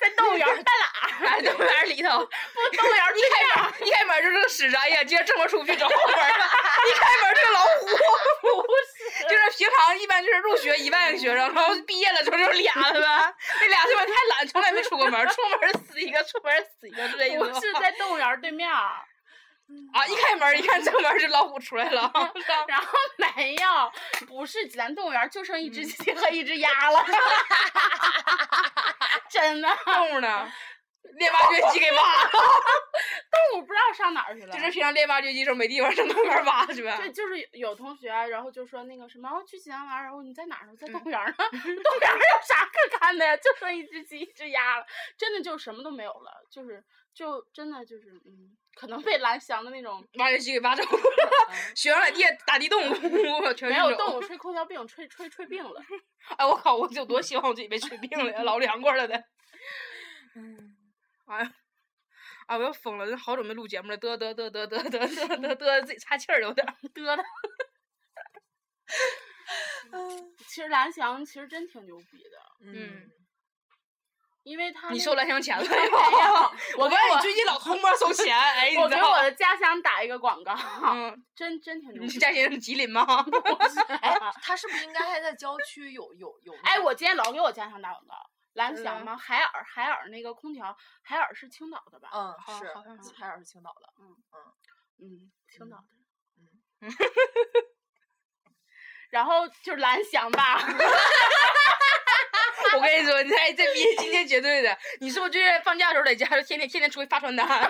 Speaker 2: 在动物园儿半 拉，
Speaker 3: 哎，动物园里头，
Speaker 2: 不动物园儿对
Speaker 3: 哎
Speaker 2: 面儿。
Speaker 3: 一开门就是个屎哎呀，今儿正门出不去，走后门吧。一开门就是老虎， 就是平常一般就是入学一万个学生，然后毕业了之后就是俩了呗。那俩他妈太懒，从来没出过门，出门死一个，出门死一个，是这意思吗
Speaker 2: 不是在动物园儿对面儿，
Speaker 3: 啊，一开门一看正门就老虎出来 了，
Speaker 2: 然后没有，不是济南动物园儿就剩一只鸡和一只鸭了， 真的，
Speaker 3: 动物呢？练挖掘机给挖了，
Speaker 2: 动物不知道上哪儿去了。
Speaker 3: 就是平常练挖掘机时候没地方，上动物园挖去
Speaker 2: 对，
Speaker 3: 呗。
Speaker 2: 就是有同学，啊然后就说那个什么，哦去济南玩儿，然后你在哪儿呢？
Speaker 3: 嗯
Speaker 2: 在动物园儿呢。 动物园儿有啥可看的呀？就剩一只鸡、一只鸭了，真的就什么都没有了，就是就真的就是嗯，可能被蓝翔的那种
Speaker 3: 挖掘机给挖走了， 学生在地下打地洞， 全
Speaker 2: 没有
Speaker 3: 运走
Speaker 2: 动物吹空调病，吹吹吹病 了。
Speaker 3: 哎，我靠，我有多希望我自己被吹病了呀，老凉快了的。 哎呀，啊，我要疯了，这好久没录节目了，嘚嘚嘚嘚嘚嘚嘚嘚嘚，自己岔气儿有点儿嘚的。
Speaker 2: 其实蓝翔其实真挺牛逼的，
Speaker 4: 嗯，
Speaker 2: 因为他
Speaker 3: 嗯你
Speaker 2: 那
Speaker 3: 收
Speaker 2: 个
Speaker 3: 蓝翔钱了
Speaker 2: 没有
Speaker 3: 吗？我发现你最近老偷摸收钱， 哎，你
Speaker 2: 我
Speaker 3: 知
Speaker 2: 给
Speaker 3: 道
Speaker 2: 我
Speaker 3: 吗？
Speaker 2: 的家乡打一个广告，
Speaker 3: 嗯，
Speaker 2: 真真挺牛
Speaker 3: 你
Speaker 2: 逼
Speaker 3: 是
Speaker 2: 的。
Speaker 3: 家乡吉林吗？
Speaker 4: 哎，他是不是应该还在郊区有有有？
Speaker 2: 哎，我今天老给我家乡打广告，蓝
Speaker 3: 真的
Speaker 2: 翔吗？海尔，海尔那个空调，海尔是青岛的吧？
Speaker 4: 嗯
Speaker 3: 好
Speaker 4: 是，
Speaker 3: 好像是
Speaker 4: 海尔是青岛的，
Speaker 2: 嗯，青
Speaker 4: 嗯
Speaker 2: 岛的。
Speaker 4: 嗯
Speaker 2: 嗯， 然后就是蓝翔吧，哎
Speaker 3: 我跟你说，你哎，这逼今天绝对的，你是不是就是放假的时候在家就天天天天出去发传单？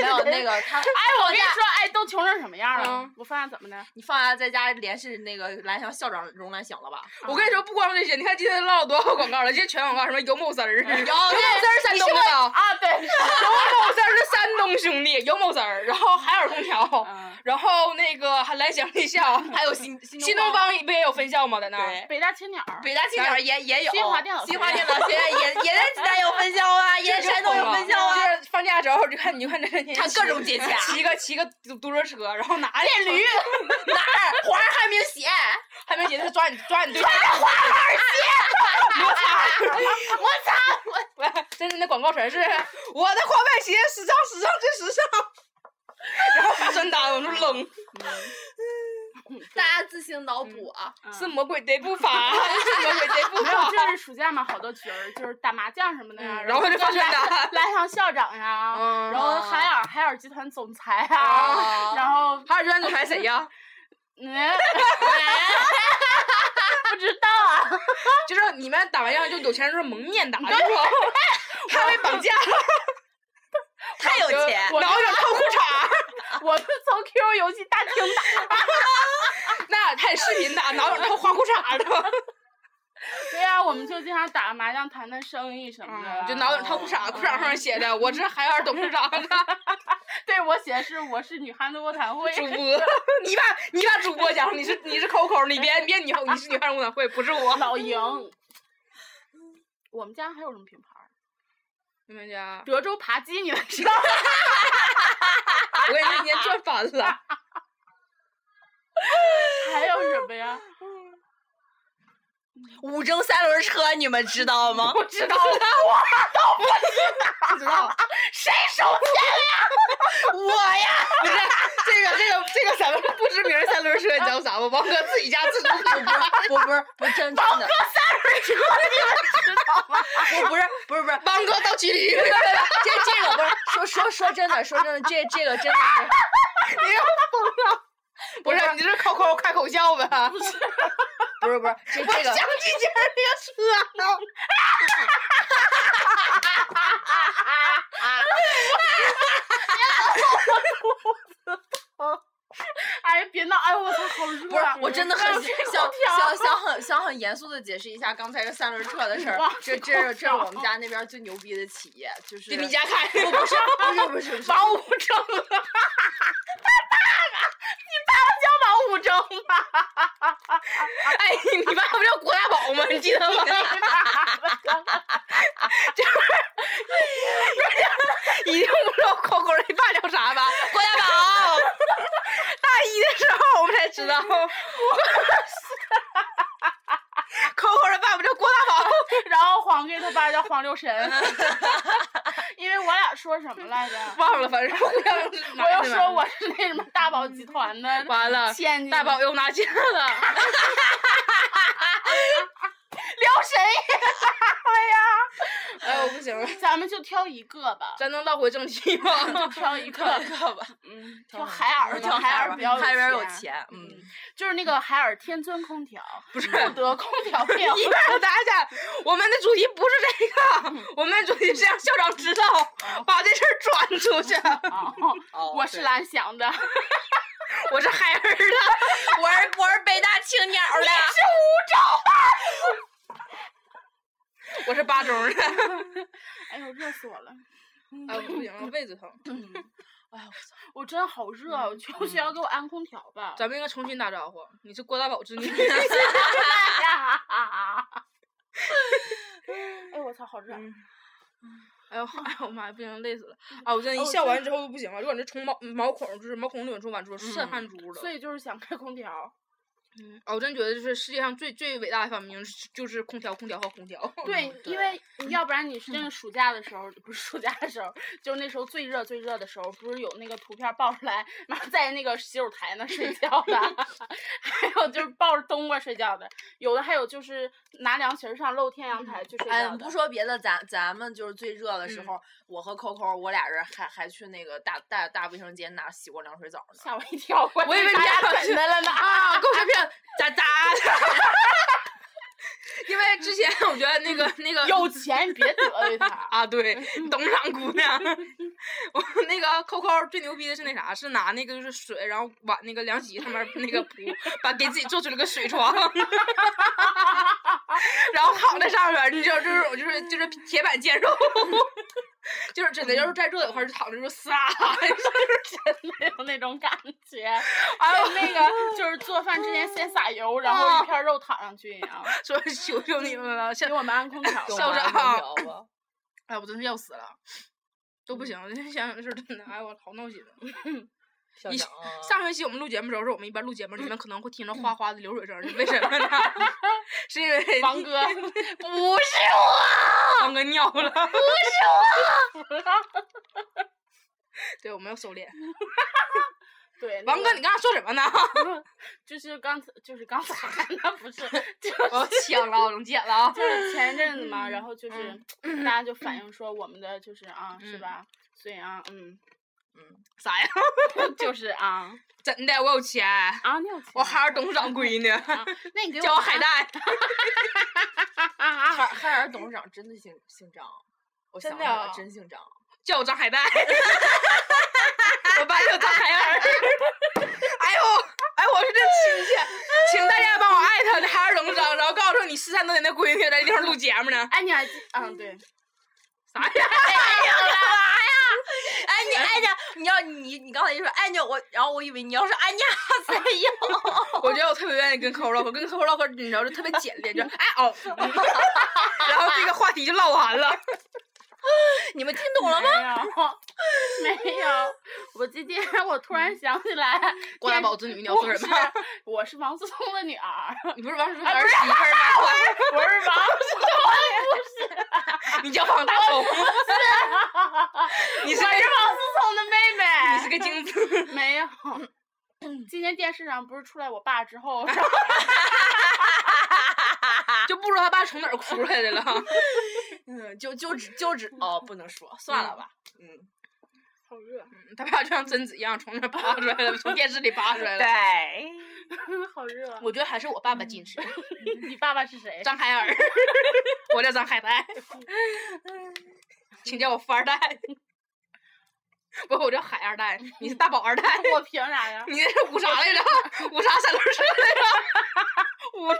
Speaker 4: 没有没有那个他，
Speaker 2: 哎，我跟你说，哎，都穷成什么样了
Speaker 3: 嗯？
Speaker 2: 我发现怎么的？
Speaker 4: 你放假在家联系那个蓝翔校长荣蓝翔了吧？
Speaker 3: 我跟你说，不光是这些，你看今天唠多少广告了？今天全广告，什么油某丝儿，
Speaker 4: 嗯
Speaker 3: 油某丝儿山东的吧？
Speaker 2: 啊，对，
Speaker 3: 油某丝儿是山东兄弟，油某丝儿，然后海尔空调，
Speaker 2: 嗯
Speaker 3: 然后那个还蓝翔技校，
Speaker 4: 还有新
Speaker 3: 新东方不也有分校吗？在那儿
Speaker 4: 对
Speaker 2: 北大青鸟儿，
Speaker 4: 北大青鸟也也有，
Speaker 2: 新华电脑
Speaker 4: 新
Speaker 2: 学
Speaker 4: 华
Speaker 2: 院
Speaker 4: 电脑学院也也在济南有分校啊，也在山东有分校啊。
Speaker 3: 就是放假的时候，就看你就看这
Speaker 4: 看各种节假
Speaker 3: 骑个骑个嘟嘟车车，然后拿着
Speaker 4: 驴，哪儿 花儿还没有写，
Speaker 3: 还没姐他抓你抓你对象，
Speaker 4: 我操！我
Speaker 3: 不是，真是那广告词儿是 我的滑板鞋时尚时尚最时尚， 然后发传单往出扔，
Speaker 4: 大家自行脑补啊。
Speaker 2: 嗯
Speaker 3: 是魔鬼的步伐，是魔鬼的步
Speaker 2: 没有，
Speaker 3: 伐。
Speaker 2: 就是暑假嘛，好多群儿就是打麻将什么的呀，
Speaker 3: 嗯然后就发传单
Speaker 2: 蓝翔校长呀，
Speaker 3: 嗯
Speaker 2: 然后海尔海尔集团总裁啊，
Speaker 3: 啊
Speaker 2: 然后
Speaker 3: 哈尔滨总裁谁呀？
Speaker 2: 嗯，不知道啊，
Speaker 3: 就是你们打完架就有钱人就是蒙面打，就是说他被绑架了，
Speaker 4: 太有钱，
Speaker 2: 我
Speaker 3: 然后就扣裤衩儿，
Speaker 2: 我是从 QQ 游戏大厅打的。
Speaker 3: 那俩看视频打，哪有扣花裤衩的？
Speaker 2: 对呀、我们就经常打麻将、谈谈生意什么的啊。
Speaker 3: 嗯就脑梗套裤衩，裤衩上面写的“我是海尔董事长”啊的
Speaker 2: 对我写的是我是女汉子卧谈会。
Speaker 3: 主播， 你把你把主播讲成你是你是 Coco，你别别你你是女汉子晚会，不是我。
Speaker 2: 老赢。我们家还有什么品牌儿？
Speaker 3: 你们家，
Speaker 2: 德州扒鸡，你们知道 吗？
Speaker 3: 我感觉你今天赚翻了。
Speaker 2: 还有什么 呀？
Speaker 4: 五蒸三轮车，你们知道吗？
Speaker 2: 不知道，我
Speaker 3: 不知道，
Speaker 2: 谁收钱？
Speaker 4: 我呀，
Speaker 3: 不是这个这个这个咱们不知名三轮车，你知道啥吗？王哥自己家自主主播。
Speaker 4: 我不是，不是真真的，我不是，不是不是，
Speaker 3: 王哥到局里，
Speaker 4: 这这个不是说说说真的，说真的，这这个真的是。
Speaker 3: 不是你这是 Coco 开口笑呗？
Speaker 4: 不是不是，这这个
Speaker 3: 想起前
Speaker 2: 啊
Speaker 3: 面 那个车了。
Speaker 2: 哎呀，别闹！哎呦，我操，好热！
Speaker 4: 不是，我真的很想
Speaker 2: 想
Speaker 4: 想想很想很严肃的解释一下刚才这三轮车的事儿
Speaker 2: 哇。
Speaker 4: 这这是这是我们家那边儿最牛逼的企业，就是
Speaker 3: 给你家开，
Speaker 4: 不不是不是不是不是，
Speaker 2: 王五蒸了。他爸爸，你爸爸叫王五蒸吧？
Speaker 3: 哎，你爸不叫郭大宝吗？你记得吗？
Speaker 2: 你爸爸叫
Speaker 3: 一定不知道 Coco 你爸叫啥吧？郭大宝。大一的时候我们才知道。Coco 的爸爸叫郭大宝，
Speaker 2: 然后黄队他爸叫黄六神， 因为我俩说什么来着？
Speaker 3: 忘了，反正互相
Speaker 2: 我又说我是那什么大宝集团的
Speaker 3: 完了，
Speaker 2: 千金，
Speaker 3: 大宝又拿下了。
Speaker 2: 聊谁 呀？
Speaker 3: 哎，我不行了
Speaker 2: 哎，呀，咱们就挑一个吧，
Speaker 3: 咱能绕回正题吗？
Speaker 2: 就挑一
Speaker 4: 跳
Speaker 2: 个，
Speaker 4: 一个吧，
Speaker 2: 嗯，
Speaker 4: 挑
Speaker 2: 挑
Speaker 4: 海
Speaker 2: 海尔，
Speaker 4: 跳
Speaker 2: 海
Speaker 4: 海
Speaker 2: 尔
Speaker 4: 吧
Speaker 2: 比较
Speaker 4: 海边
Speaker 2: 有
Speaker 4: 有，钱，嗯，
Speaker 2: 就是那个海尔天尊空调，
Speaker 3: 不是，
Speaker 2: 不得空调 票。
Speaker 3: 一边儿打一下，我们的主题不是这个，我们的主题是让校长知道，把这事儿转出去。
Speaker 2: 哦，
Speaker 4: 哦
Speaker 2: 我是
Speaker 4: 对
Speaker 2: 蓝翔的，
Speaker 3: 我是海尔的，
Speaker 4: 我是我是北大青鸟的，
Speaker 3: 我是八中的。
Speaker 2: 哎呦，热死我了！
Speaker 3: 哎，不行了，胃子疼。
Speaker 2: 我真好热，我求学校给我安空调吧。
Speaker 3: 咱们应该重新打招呼。你是郭大宝之女。
Speaker 2: 哎呦，我操，好热！
Speaker 3: 哎呦，哎呦妈呀，不行，累 死了！啊，我真的，一笑完之后就不行了，就感觉从毛毛孔就是毛孔里往出往出渗汗珠了。
Speaker 2: 所以就是想开空调。
Speaker 3: 啊，我真觉得就是世界上最最伟大的发明是就是空调，空调和空调。
Speaker 2: 对，因为你
Speaker 3: 嗯
Speaker 2: 要不然你是那个暑假的时候，不是暑假的时候，就是那时候最热最热的时候，不是有那个图片爆出来，妈在那个洗手台那睡觉 的，还有就是抱着冬瓜睡觉的，有的还有就是拿凉席儿上露天阳
Speaker 3: 嗯
Speaker 2: 台去睡
Speaker 4: 哎，
Speaker 2: 觉
Speaker 4: 不
Speaker 2: 的。
Speaker 4: 说别的，咱咱们就是最热的时候，我和 Coco 我俩人还还去那个大大大卫生间那儿洗过凉水澡 呢。
Speaker 2: 吓我一跳！我
Speaker 3: 我以为你
Speaker 2: 俩
Speaker 3: 俩
Speaker 2: 粉的了 呢。
Speaker 3: 啊，够片片，咋咋的？ 因为之 前我觉得那个那个
Speaker 2: 有钱你别得罪他。
Speaker 3: 啊，对，董事长姑娘， 我那个扣扣最牛逼的是那啥，是拿那个就是水，然后往那个凉席上面那个铺，把给自己做出了个水床， 然后躺在上面，你知道这种就是就是铁板煎肉， 就是真的，要是再热的话，就躺着就撒，
Speaker 2: 没有那种感觉。
Speaker 3: 哎
Speaker 2: 还
Speaker 3: 呦啊
Speaker 2: 有那个就是做饭之前先撒油，然后一片肉躺上去一样。
Speaker 3: 说求求你们了，像
Speaker 2: 给我们安空 调
Speaker 4: 跟
Speaker 2: 吧。
Speaker 3: 校
Speaker 4: 我妈
Speaker 3: 长
Speaker 4: 空调 吧
Speaker 3: 哎，我真是要死了，都不行了。 想想这事儿真的，哎，我好闹心。
Speaker 4: 校
Speaker 3: 一
Speaker 4: 长啊
Speaker 3: 上学期我们录节目的时候，是我们一般录节目，你们可能会听着哗哗的流水声，为什么呢？ 是因 为
Speaker 2: 王哥，
Speaker 3: 不是我，王哥尿了， 不是我。对，我们要收敛。
Speaker 2: 对，那
Speaker 3: 王哥，
Speaker 2: 个
Speaker 3: 你刚才说什么呢？
Speaker 2: 就是刚才，就是刚才， 那不是，就是
Speaker 3: 我要抢了，我能剪了啊！
Speaker 2: 就是前一阵子嘛，然后就是大家就反映说我们的就是啊，是吧？所以啊，嗯，
Speaker 3: 啥呀？
Speaker 2: 就是啊
Speaker 3: 真的，我有钱，
Speaker 2: 啊，你有钱
Speaker 3: 我还是董事长闺女，
Speaker 2: 啊，那你给
Speaker 3: 叫我海
Speaker 2: 带
Speaker 3: 带。
Speaker 4: 海海尔董事长真的姓姓张，我
Speaker 3: 真
Speaker 4: 想
Speaker 3: 的
Speaker 4: 起来
Speaker 3: 啊
Speaker 4: 了真姓张。
Speaker 3: 叫我张海带， 我爸叫张海 尔。哎呦，哎，我是真亲戚，请大家帮我艾特海尔董事长，然后告诉你十三多年的闺女在这地方录节目呢。
Speaker 2: 哎，你还记嗯对，
Speaker 3: 啥呀？
Speaker 4: 哎，你哎呀，你要你你刚才就说哎呀，我然后我以为你要是哎 呀，谁呀？
Speaker 3: 我觉得我特别愿意跟客户唠嗑，跟客户唠嗑，你知道，就特别简练，就哎哦，嗯 然后这个话题就唠完了。
Speaker 4: 你们听懂了吗？
Speaker 2: 没有，没有。我今天我突然想起来，
Speaker 3: 郭大
Speaker 2: 电
Speaker 3: 宝
Speaker 2: 视
Speaker 3: 子 女，你要
Speaker 2: 我
Speaker 3: 做什么？
Speaker 2: 是我是王思聪的女儿，
Speaker 3: 你不是王叔叔
Speaker 2: 哎
Speaker 3: 儿媳妇 儿吗？
Speaker 2: 我是王思
Speaker 3: 你叫方大 同，你是
Speaker 2: 我是
Speaker 3: 个
Speaker 2: 王思聪的妹妹。
Speaker 3: 你是个精子。
Speaker 2: 没有。 今年电视上不是出来我爸之后， 然后
Speaker 3: 就不知道他爸从哪儿哭出来的了。
Speaker 4: 嗯，就就只就只哦，不能说，算了吧。嗯，
Speaker 2: 好热，
Speaker 3: 嗯他爸就像贞子一样从那儿爬出来了，从电视里爬出来了。
Speaker 4: 对，
Speaker 2: 好热。啊
Speaker 3: 我觉得还是我爸爸矜持，
Speaker 2: 你爸爸是谁？
Speaker 3: 张海尔， 我叫张海带，请叫我富二代。不，我叫海二代，你是大宝二代，
Speaker 2: 我凭啥 呀？
Speaker 3: 你那是五啥来着？五啥三轮车来着？五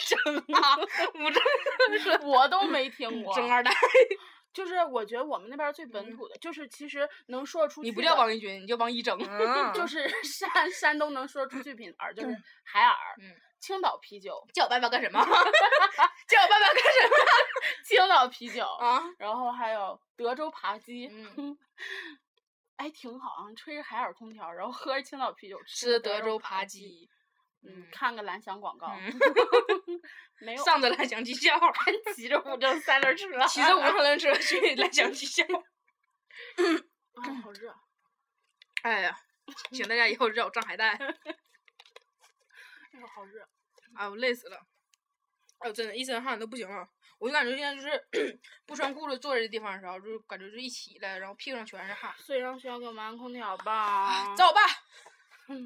Speaker 3: 整啊，五整
Speaker 2: 我都没听过。
Speaker 3: 整二代。
Speaker 2: 就是我觉得我们那边儿最本土的，就是其实能说出去的。
Speaker 3: 嗯你不叫王一军，你叫王一整。
Speaker 2: 就
Speaker 4: 嗯，
Speaker 2: 是 山山东能说出去品牌儿就是海尔、
Speaker 3: 嗯
Speaker 2: 青岛啤酒、
Speaker 3: 叫我爸爸干什么？ 叫我爸爸干什么？
Speaker 2: 青岛啤酒，
Speaker 3: 啊，
Speaker 2: 然后还有德州扒鸡，
Speaker 3: 嗯
Speaker 2: 哎，挺好啊，吹着海尔空调，然后喝着青岛啤酒，
Speaker 3: 吃
Speaker 2: 吃
Speaker 3: 德州
Speaker 2: 州
Speaker 3: 扒
Speaker 2: 鸡，
Speaker 3: 鸡，
Speaker 2: 嗯
Speaker 3: 嗯，
Speaker 2: 看个蓝翔广告，
Speaker 3: 嗯
Speaker 2: 没有，
Speaker 3: 上着蓝翔技啊校，
Speaker 2: 骑着五正三 轮车，
Speaker 3: 骑着五 辆轮车去蓝翔技校。
Speaker 2: 哎，好热，
Speaker 3: 哎呀，请大家以后叫我张海带。
Speaker 2: 哎呦，好热，
Speaker 3: 啊，我累死了。哎呦，真的，一身汗都不行了。我就感觉现在就是 不穿裤子坐这地方的时候，就是感觉就一起来，然后屁股上全是汗。
Speaker 2: 所以让学校给我们安空调 吧。
Speaker 3: 找我爸，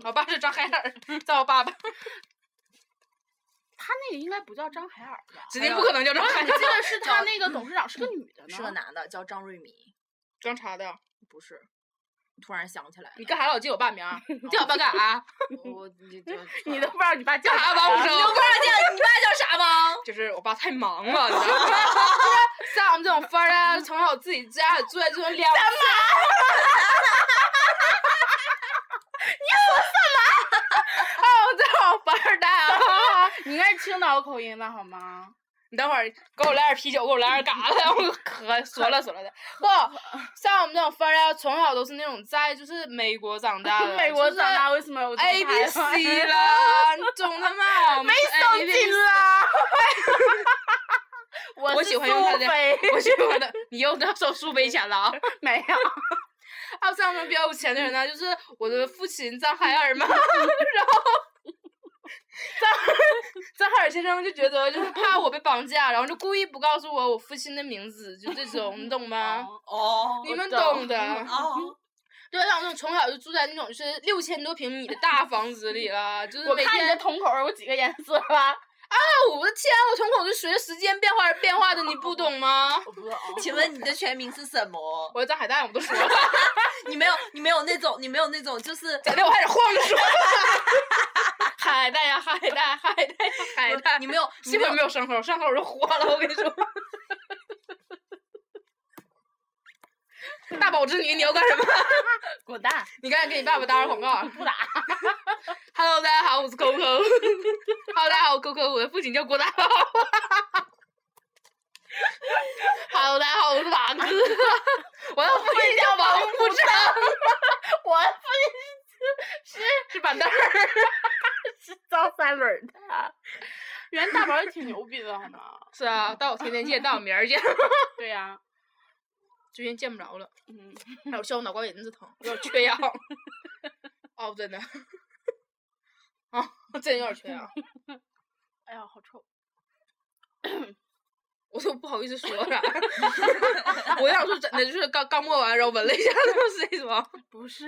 Speaker 3: 我爸是张海尔，找我爸 爸，
Speaker 2: 他那个应该不叫张海尔吧？
Speaker 3: 指定不可 能叫嗯张海
Speaker 2: 我 记
Speaker 3: 尔。
Speaker 2: 得是他那个董事长是个女的呢，
Speaker 4: 哎是个男的，叫张瑞敏，
Speaker 3: 装啥的？
Speaker 4: 不是。突然想起来 了，
Speaker 3: 你干啥老记我爸名儿？叫我爸干 啥？啊
Speaker 4: 我你就
Speaker 3: 嗯
Speaker 4: 哎
Speaker 2: 你都不知道你爸叫
Speaker 3: 干啥啊王五
Speaker 2: 生。
Speaker 4: 你都不
Speaker 3: 生？
Speaker 4: 知道叫你爸叫啥吗？
Speaker 3: 就是我爸太忙了，你知道吗？就是像我们这种富二代，从小自己家里住在这种两 哦，这好富二代啊！
Speaker 2: 你应该是青岛口音的好吗？
Speaker 3: 你等会儿给我来点啤酒，给我来点嘎子，我 咳嗦了嗦了的。不，像我们这种富二代，从小都是那种在就是 美国长大的，
Speaker 2: 美国长大为什么有这么
Speaker 3: A
Speaker 2: 排
Speaker 3: B
Speaker 2: 行
Speaker 3: C 啦，你懂他吗？没
Speaker 2: 送进啦！ 我
Speaker 3: 我
Speaker 2: 是
Speaker 3: 喜欢用他
Speaker 2: 苏
Speaker 3: 的
Speaker 2: 菲
Speaker 3: 我喜欢的， 你又要收苏菲钱了啊！
Speaker 2: 没有，
Speaker 3: 还有啊像我们比较有钱的人呢，就是我的父亲张海尔嘛，然 后张张海尔先生就觉得就是怕我被绑架，然后就故意不告诉我我父亲的名字，就这种，你懂
Speaker 2: 啊
Speaker 3: 吗？
Speaker 4: 哦
Speaker 3: 你
Speaker 2: 我
Speaker 3: 们
Speaker 2: 懂嗯
Speaker 3: 懂的。
Speaker 4: 哦，
Speaker 3: 对，像我那种从小就住在那种就是六千多平米的大房子里了，就是
Speaker 2: 我
Speaker 3: 每
Speaker 2: 看你的
Speaker 3: 天，啊
Speaker 2: 瞳孔有几个颜色吧？
Speaker 3: 我的天，我瞳孔就随着时间变化而变化的，你不懂吗？
Speaker 2: 我不 懂。
Speaker 4: 请问你的全名是什么？
Speaker 3: 我是张海带，我都说了，
Speaker 4: 你没有，你没有那种，你没有那种，就是
Speaker 3: 假的，我开始晃着说， 海带呀，海带，海带呀，海带，
Speaker 4: 你没有，你
Speaker 3: 基
Speaker 4: 没
Speaker 3: 本
Speaker 4: 有
Speaker 3: 没有伤口，伤口我就活了，我跟你说。 大宝之女，你要干什么？
Speaker 2: 滚蛋！
Speaker 3: 你赶紧给你爸爸打打广告啊。不打。Hello，大家好，我是 Coco。Hello，大家好，我是 Coco，我的父亲叫郭大宝。Hello，大家好，我是马哥。 我的父亲叫王富成，
Speaker 2: 我
Speaker 3: 是板 凳儿。
Speaker 2: 是招三轮儿的。原来大宝也挺牛逼的，好吗？
Speaker 3: 是啊，到我天天见，到我明儿见。
Speaker 2: 对呀、
Speaker 3: 最近见不着了，
Speaker 2: 嗯，
Speaker 3: 还有笑我脑瓜仁子疼，有点缺氧。 哦，真的。哦啊，真有点缺氧。
Speaker 2: 哎呀，好臭！
Speaker 3: 我都不好意思说啥。 我想说真的，就是刚刚摸完，然后闻了一下 那个 C 霜，
Speaker 2: 不是，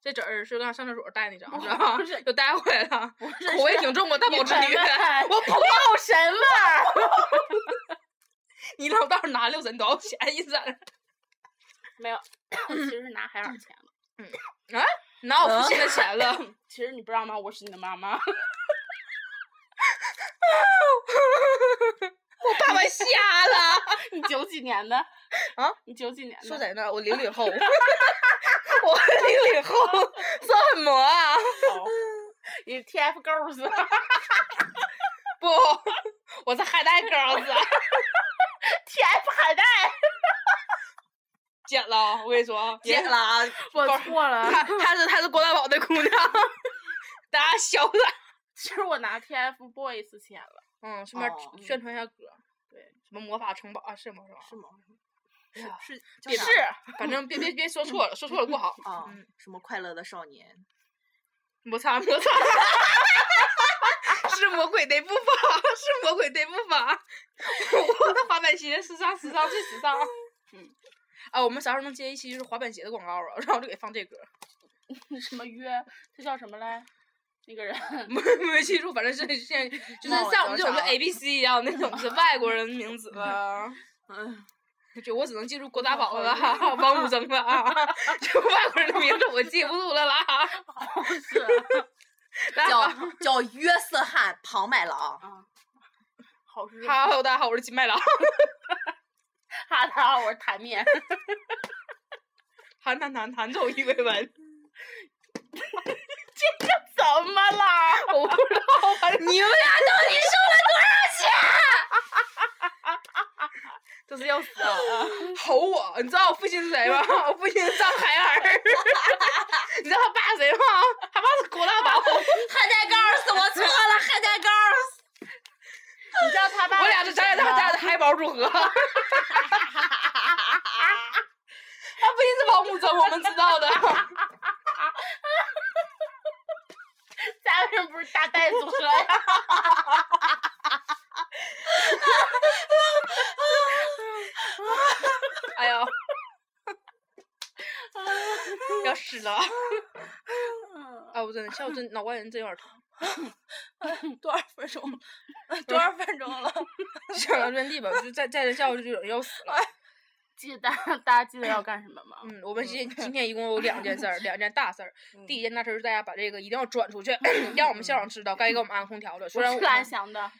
Speaker 3: 这纸儿是刚上厕所带那 张，
Speaker 2: 不
Speaker 3: 是吧
Speaker 2: 是？
Speaker 3: 又带回来了，
Speaker 2: 不是，
Speaker 3: 口味挺重啊，大
Speaker 2: 你
Speaker 3: 宝之
Speaker 2: 闻
Speaker 3: 女，
Speaker 2: 闻
Speaker 3: 我不
Speaker 2: 有神味儿。
Speaker 3: 你老道拿六神多少钱一整？
Speaker 2: 没有，我其实是拿海尔钱的。
Speaker 3: 拿我父亲的钱 了，
Speaker 2: 其实你不知道吗？我是你的妈妈。
Speaker 3: 我爸爸瞎了。
Speaker 2: 你九几年的？
Speaker 3: 啊？
Speaker 2: 你九几年的？
Speaker 3: 说在那儿，我零零 后，我零零后，这很魔啊！
Speaker 2: 头，你是 TF Girls
Speaker 3: 不，我是海带 girls，
Speaker 2: TF 海带，
Speaker 3: 剪了，我跟你说，
Speaker 4: 别
Speaker 3: 剪
Speaker 4: 了啊，
Speaker 2: 我
Speaker 3: 不是
Speaker 2: 错了。
Speaker 3: 她她是她是郭大宝的姑娘， 大家晓得。
Speaker 2: 其实我拿 TF Boys 钱了，
Speaker 3: 嗯，顺便
Speaker 4: 哦
Speaker 3: 宣传一下歌，
Speaker 2: 对，
Speaker 3: 什么魔法城堡啊，是吗？是吧？
Speaker 2: 是吗？
Speaker 4: 是叫
Speaker 3: 别
Speaker 4: 啥
Speaker 3: 是，反正别别别说错了，说错了不好。
Speaker 4: 啊
Speaker 3: 嗯，
Speaker 4: 什么快乐的少 年，
Speaker 3: 摩擦 摩擦，是魔鬼的步伐， 是魔鬼的步伐。我的滑板鞋时尚，时尚最时尚。嗯，啊，我们啥时候能接一期就是滑板鞋的广告啊？然 后就给放这歌，
Speaker 2: 什么约？他叫什么来？那个人
Speaker 3: 没没记住，反正是现 在就是
Speaker 4: 忘了
Speaker 3: 像我们这
Speaker 4: 叫
Speaker 3: 种
Speaker 4: 啥
Speaker 3: 跟 A B C 一样那种是外国人名字了。
Speaker 4: 嗯，
Speaker 3: 就我只能记住郭大宝了啦，王武征了啊， 就外国人的名字我记不住了啦。哦啊
Speaker 2: 是
Speaker 3: 大家
Speaker 4: 叫
Speaker 3: 好
Speaker 4: 叫约瑟翰庞麦郎，
Speaker 2: 啊，好是
Speaker 3: 哈喽，大家好，我是金麦郎，
Speaker 2: 哈他，我是谭面，
Speaker 3: 韩谈谈谭总一维文。
Speaker 2: 怎么啦？
Speaker 3: 我不知道，反正
Speaker 4: 你们俩到底收了多少钱？
Speaker 3: 这是要死啊！吼我！你知道我父亲是谁吗？我父亲是张海尔。你知道他爸是谁吗？他爸是郭大宝。
Speaker 4: 海带告诉我错了，海带告诉
Speaker 2: 你知道他爸？
Speaker 3: 我俩是咱俩咱俩咱俩的海宝组合。他父亲是王武征，我们知道的。
Speaker 2: 家为什么不是大袋组合呀？
Speaker 3: 哎呀，要死了！哎，我真的，下午真脑瓜仁真有点疼，
Speaker 4: 多少分钟了？多少分钟了？
Speaker 3: 想到原地吧，就再再这下午就有人要死了。
Speaker 2: 记得大家大家记得要干什么吗？
Speaker 3: 嗯，我们今今天一共有两件事儿，两件大事儿。第一件大事儿是大家把这个一定要转出去，让我们校长知道，该给我们安空调了。虽
Speaker 2: 我
Speaker 3: 然
Speaker 2: 是
Speaker 3: 嗯我
Speaker 2: 蓝翔的，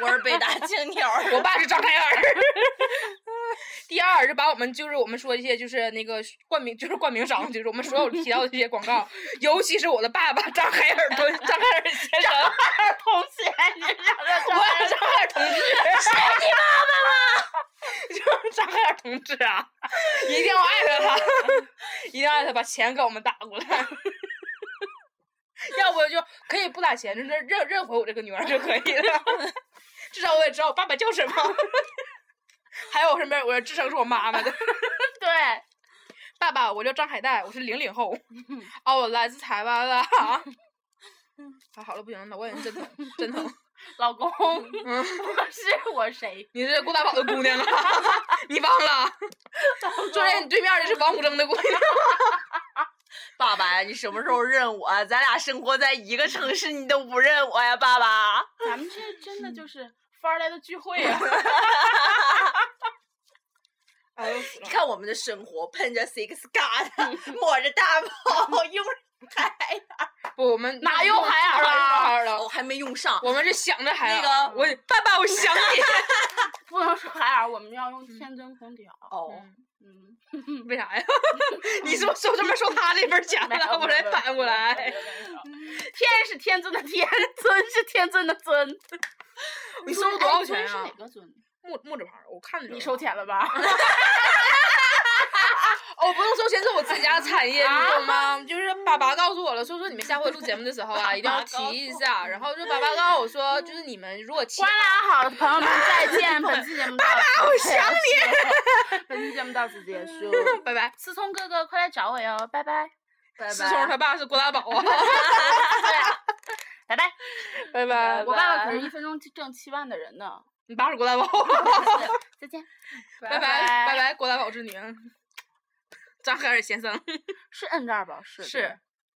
Speaker 4: 我是北大青鸟儿，
Speaker 3: 我爸是张开尔。 第二是把我们就是我们说一些就是那个冠名就是冠名商，就是我们所有提到的这些广告，尤其是我的爸爸张海尔同张海尔先生，
Speaker 2: 同学，你俩的
Speaker 3: 我也是张海尔同志，是你爸爸吗？就是张海尔同志啊，一定要艾特他，一定要艾特把钱给我们打过来。要不就可以不打钱，就认认认回我这个女儿就可以了。至少我也知道我爸爸叫什么。还有我身边有个人自称是我妈妈的
Speaker 2: 对，
Speaker 3: 爸爸，我叫张海带，我是零零后，哦，我来自台湾了。啊，好了，不行了，脑瓜眼真疼，真疼。
Speaker 2: 老公， 我
Speaker 3: 嗯，
Speaker 2: 是我 谁？
Speaker 3: 你是郭大宝的姑娘了，啊 你忘了？坐在你对面的是王虎征的姑娘。
Speaker 4: 爸爸呀，你什么时候认我啊？咱俩生活在一个城市，你都不认我呀，爸爸。
Speaker 2: 咱们 这真的就是富二代的聚会 啊！
Speaker 3: 哎呦，死
Speaker 4: 你看我们的生活，喷着 Six God，抹着大炮，用着海
Speaker 3: 不，我们
Speaker 2: 哪有海尔啊
Speaker 3: 海尔
Speaker 4: 尔，我
Speaker 3: 了？
Speaker 4: 哦还没用上。
Speaker 3: 我们是想着海尔。
Speaker 4: 那个
Speaker 3: 我爸爸，我想你。
Speaker 2: 不能说海尔，我们要用天尊空调。
Speaker 4: 哦，
Speaker 2: 嗯，
Speaker 3: 为啥呀？ 你是不是专门说他这份儿钱
Speaker 2: 没有
Speaker 3: 了？我才反应过来。。
Speaker 2: 天是天尊的天， 尊是天尊的 尊。哎
Speaker 3: 你收了多少钱
Speaker 2: 尊是
Speaker 3: 啊
Speaker 2: 哪？个尊？
Speaker 3: 木木字旁儿，我看着就
Speaker 2: 你
Speaker 3: 是
Speaker 2: 收钱了 吧？
Speaker 3: 哦，不用收钱，是我自 家的产业，
Speaker 2: 啊
Speaker 3: 你懂吗？就是爸爸告诉我了，说说你们下回录节目的时候 啊，一定要提一下。然后就爸爸告诉我说，就是你们如果期
Speaker 2: 关了啊，好的朋友们，再见！本期节 目到此
Speaker 3: 我
Speaker 2: 结
Speaker 3: 想
Speaker 2: 束，本期节目到此结束。
Speaker 3: 拜拜。
Speaker 2: 思聪哥哥，快来找我哟，拜 拜，
Speaker 4: 拜
Speaker 3: 思聪他爸是郭大宝 啊，
Speaker 2: 拜拜。
Speaker 3: 拜拜呃
Speaker 2: 我爸爸可是一分钟挣七万的人呢，
Speaker 3: 你打死郭大宝，
Speaker 2: 再见。
Speaker 3: 拜拜拜，郭大宝之女，张赫尔先生
Speaker 2: 是摁这儿吧？是
Speaker 3: 是。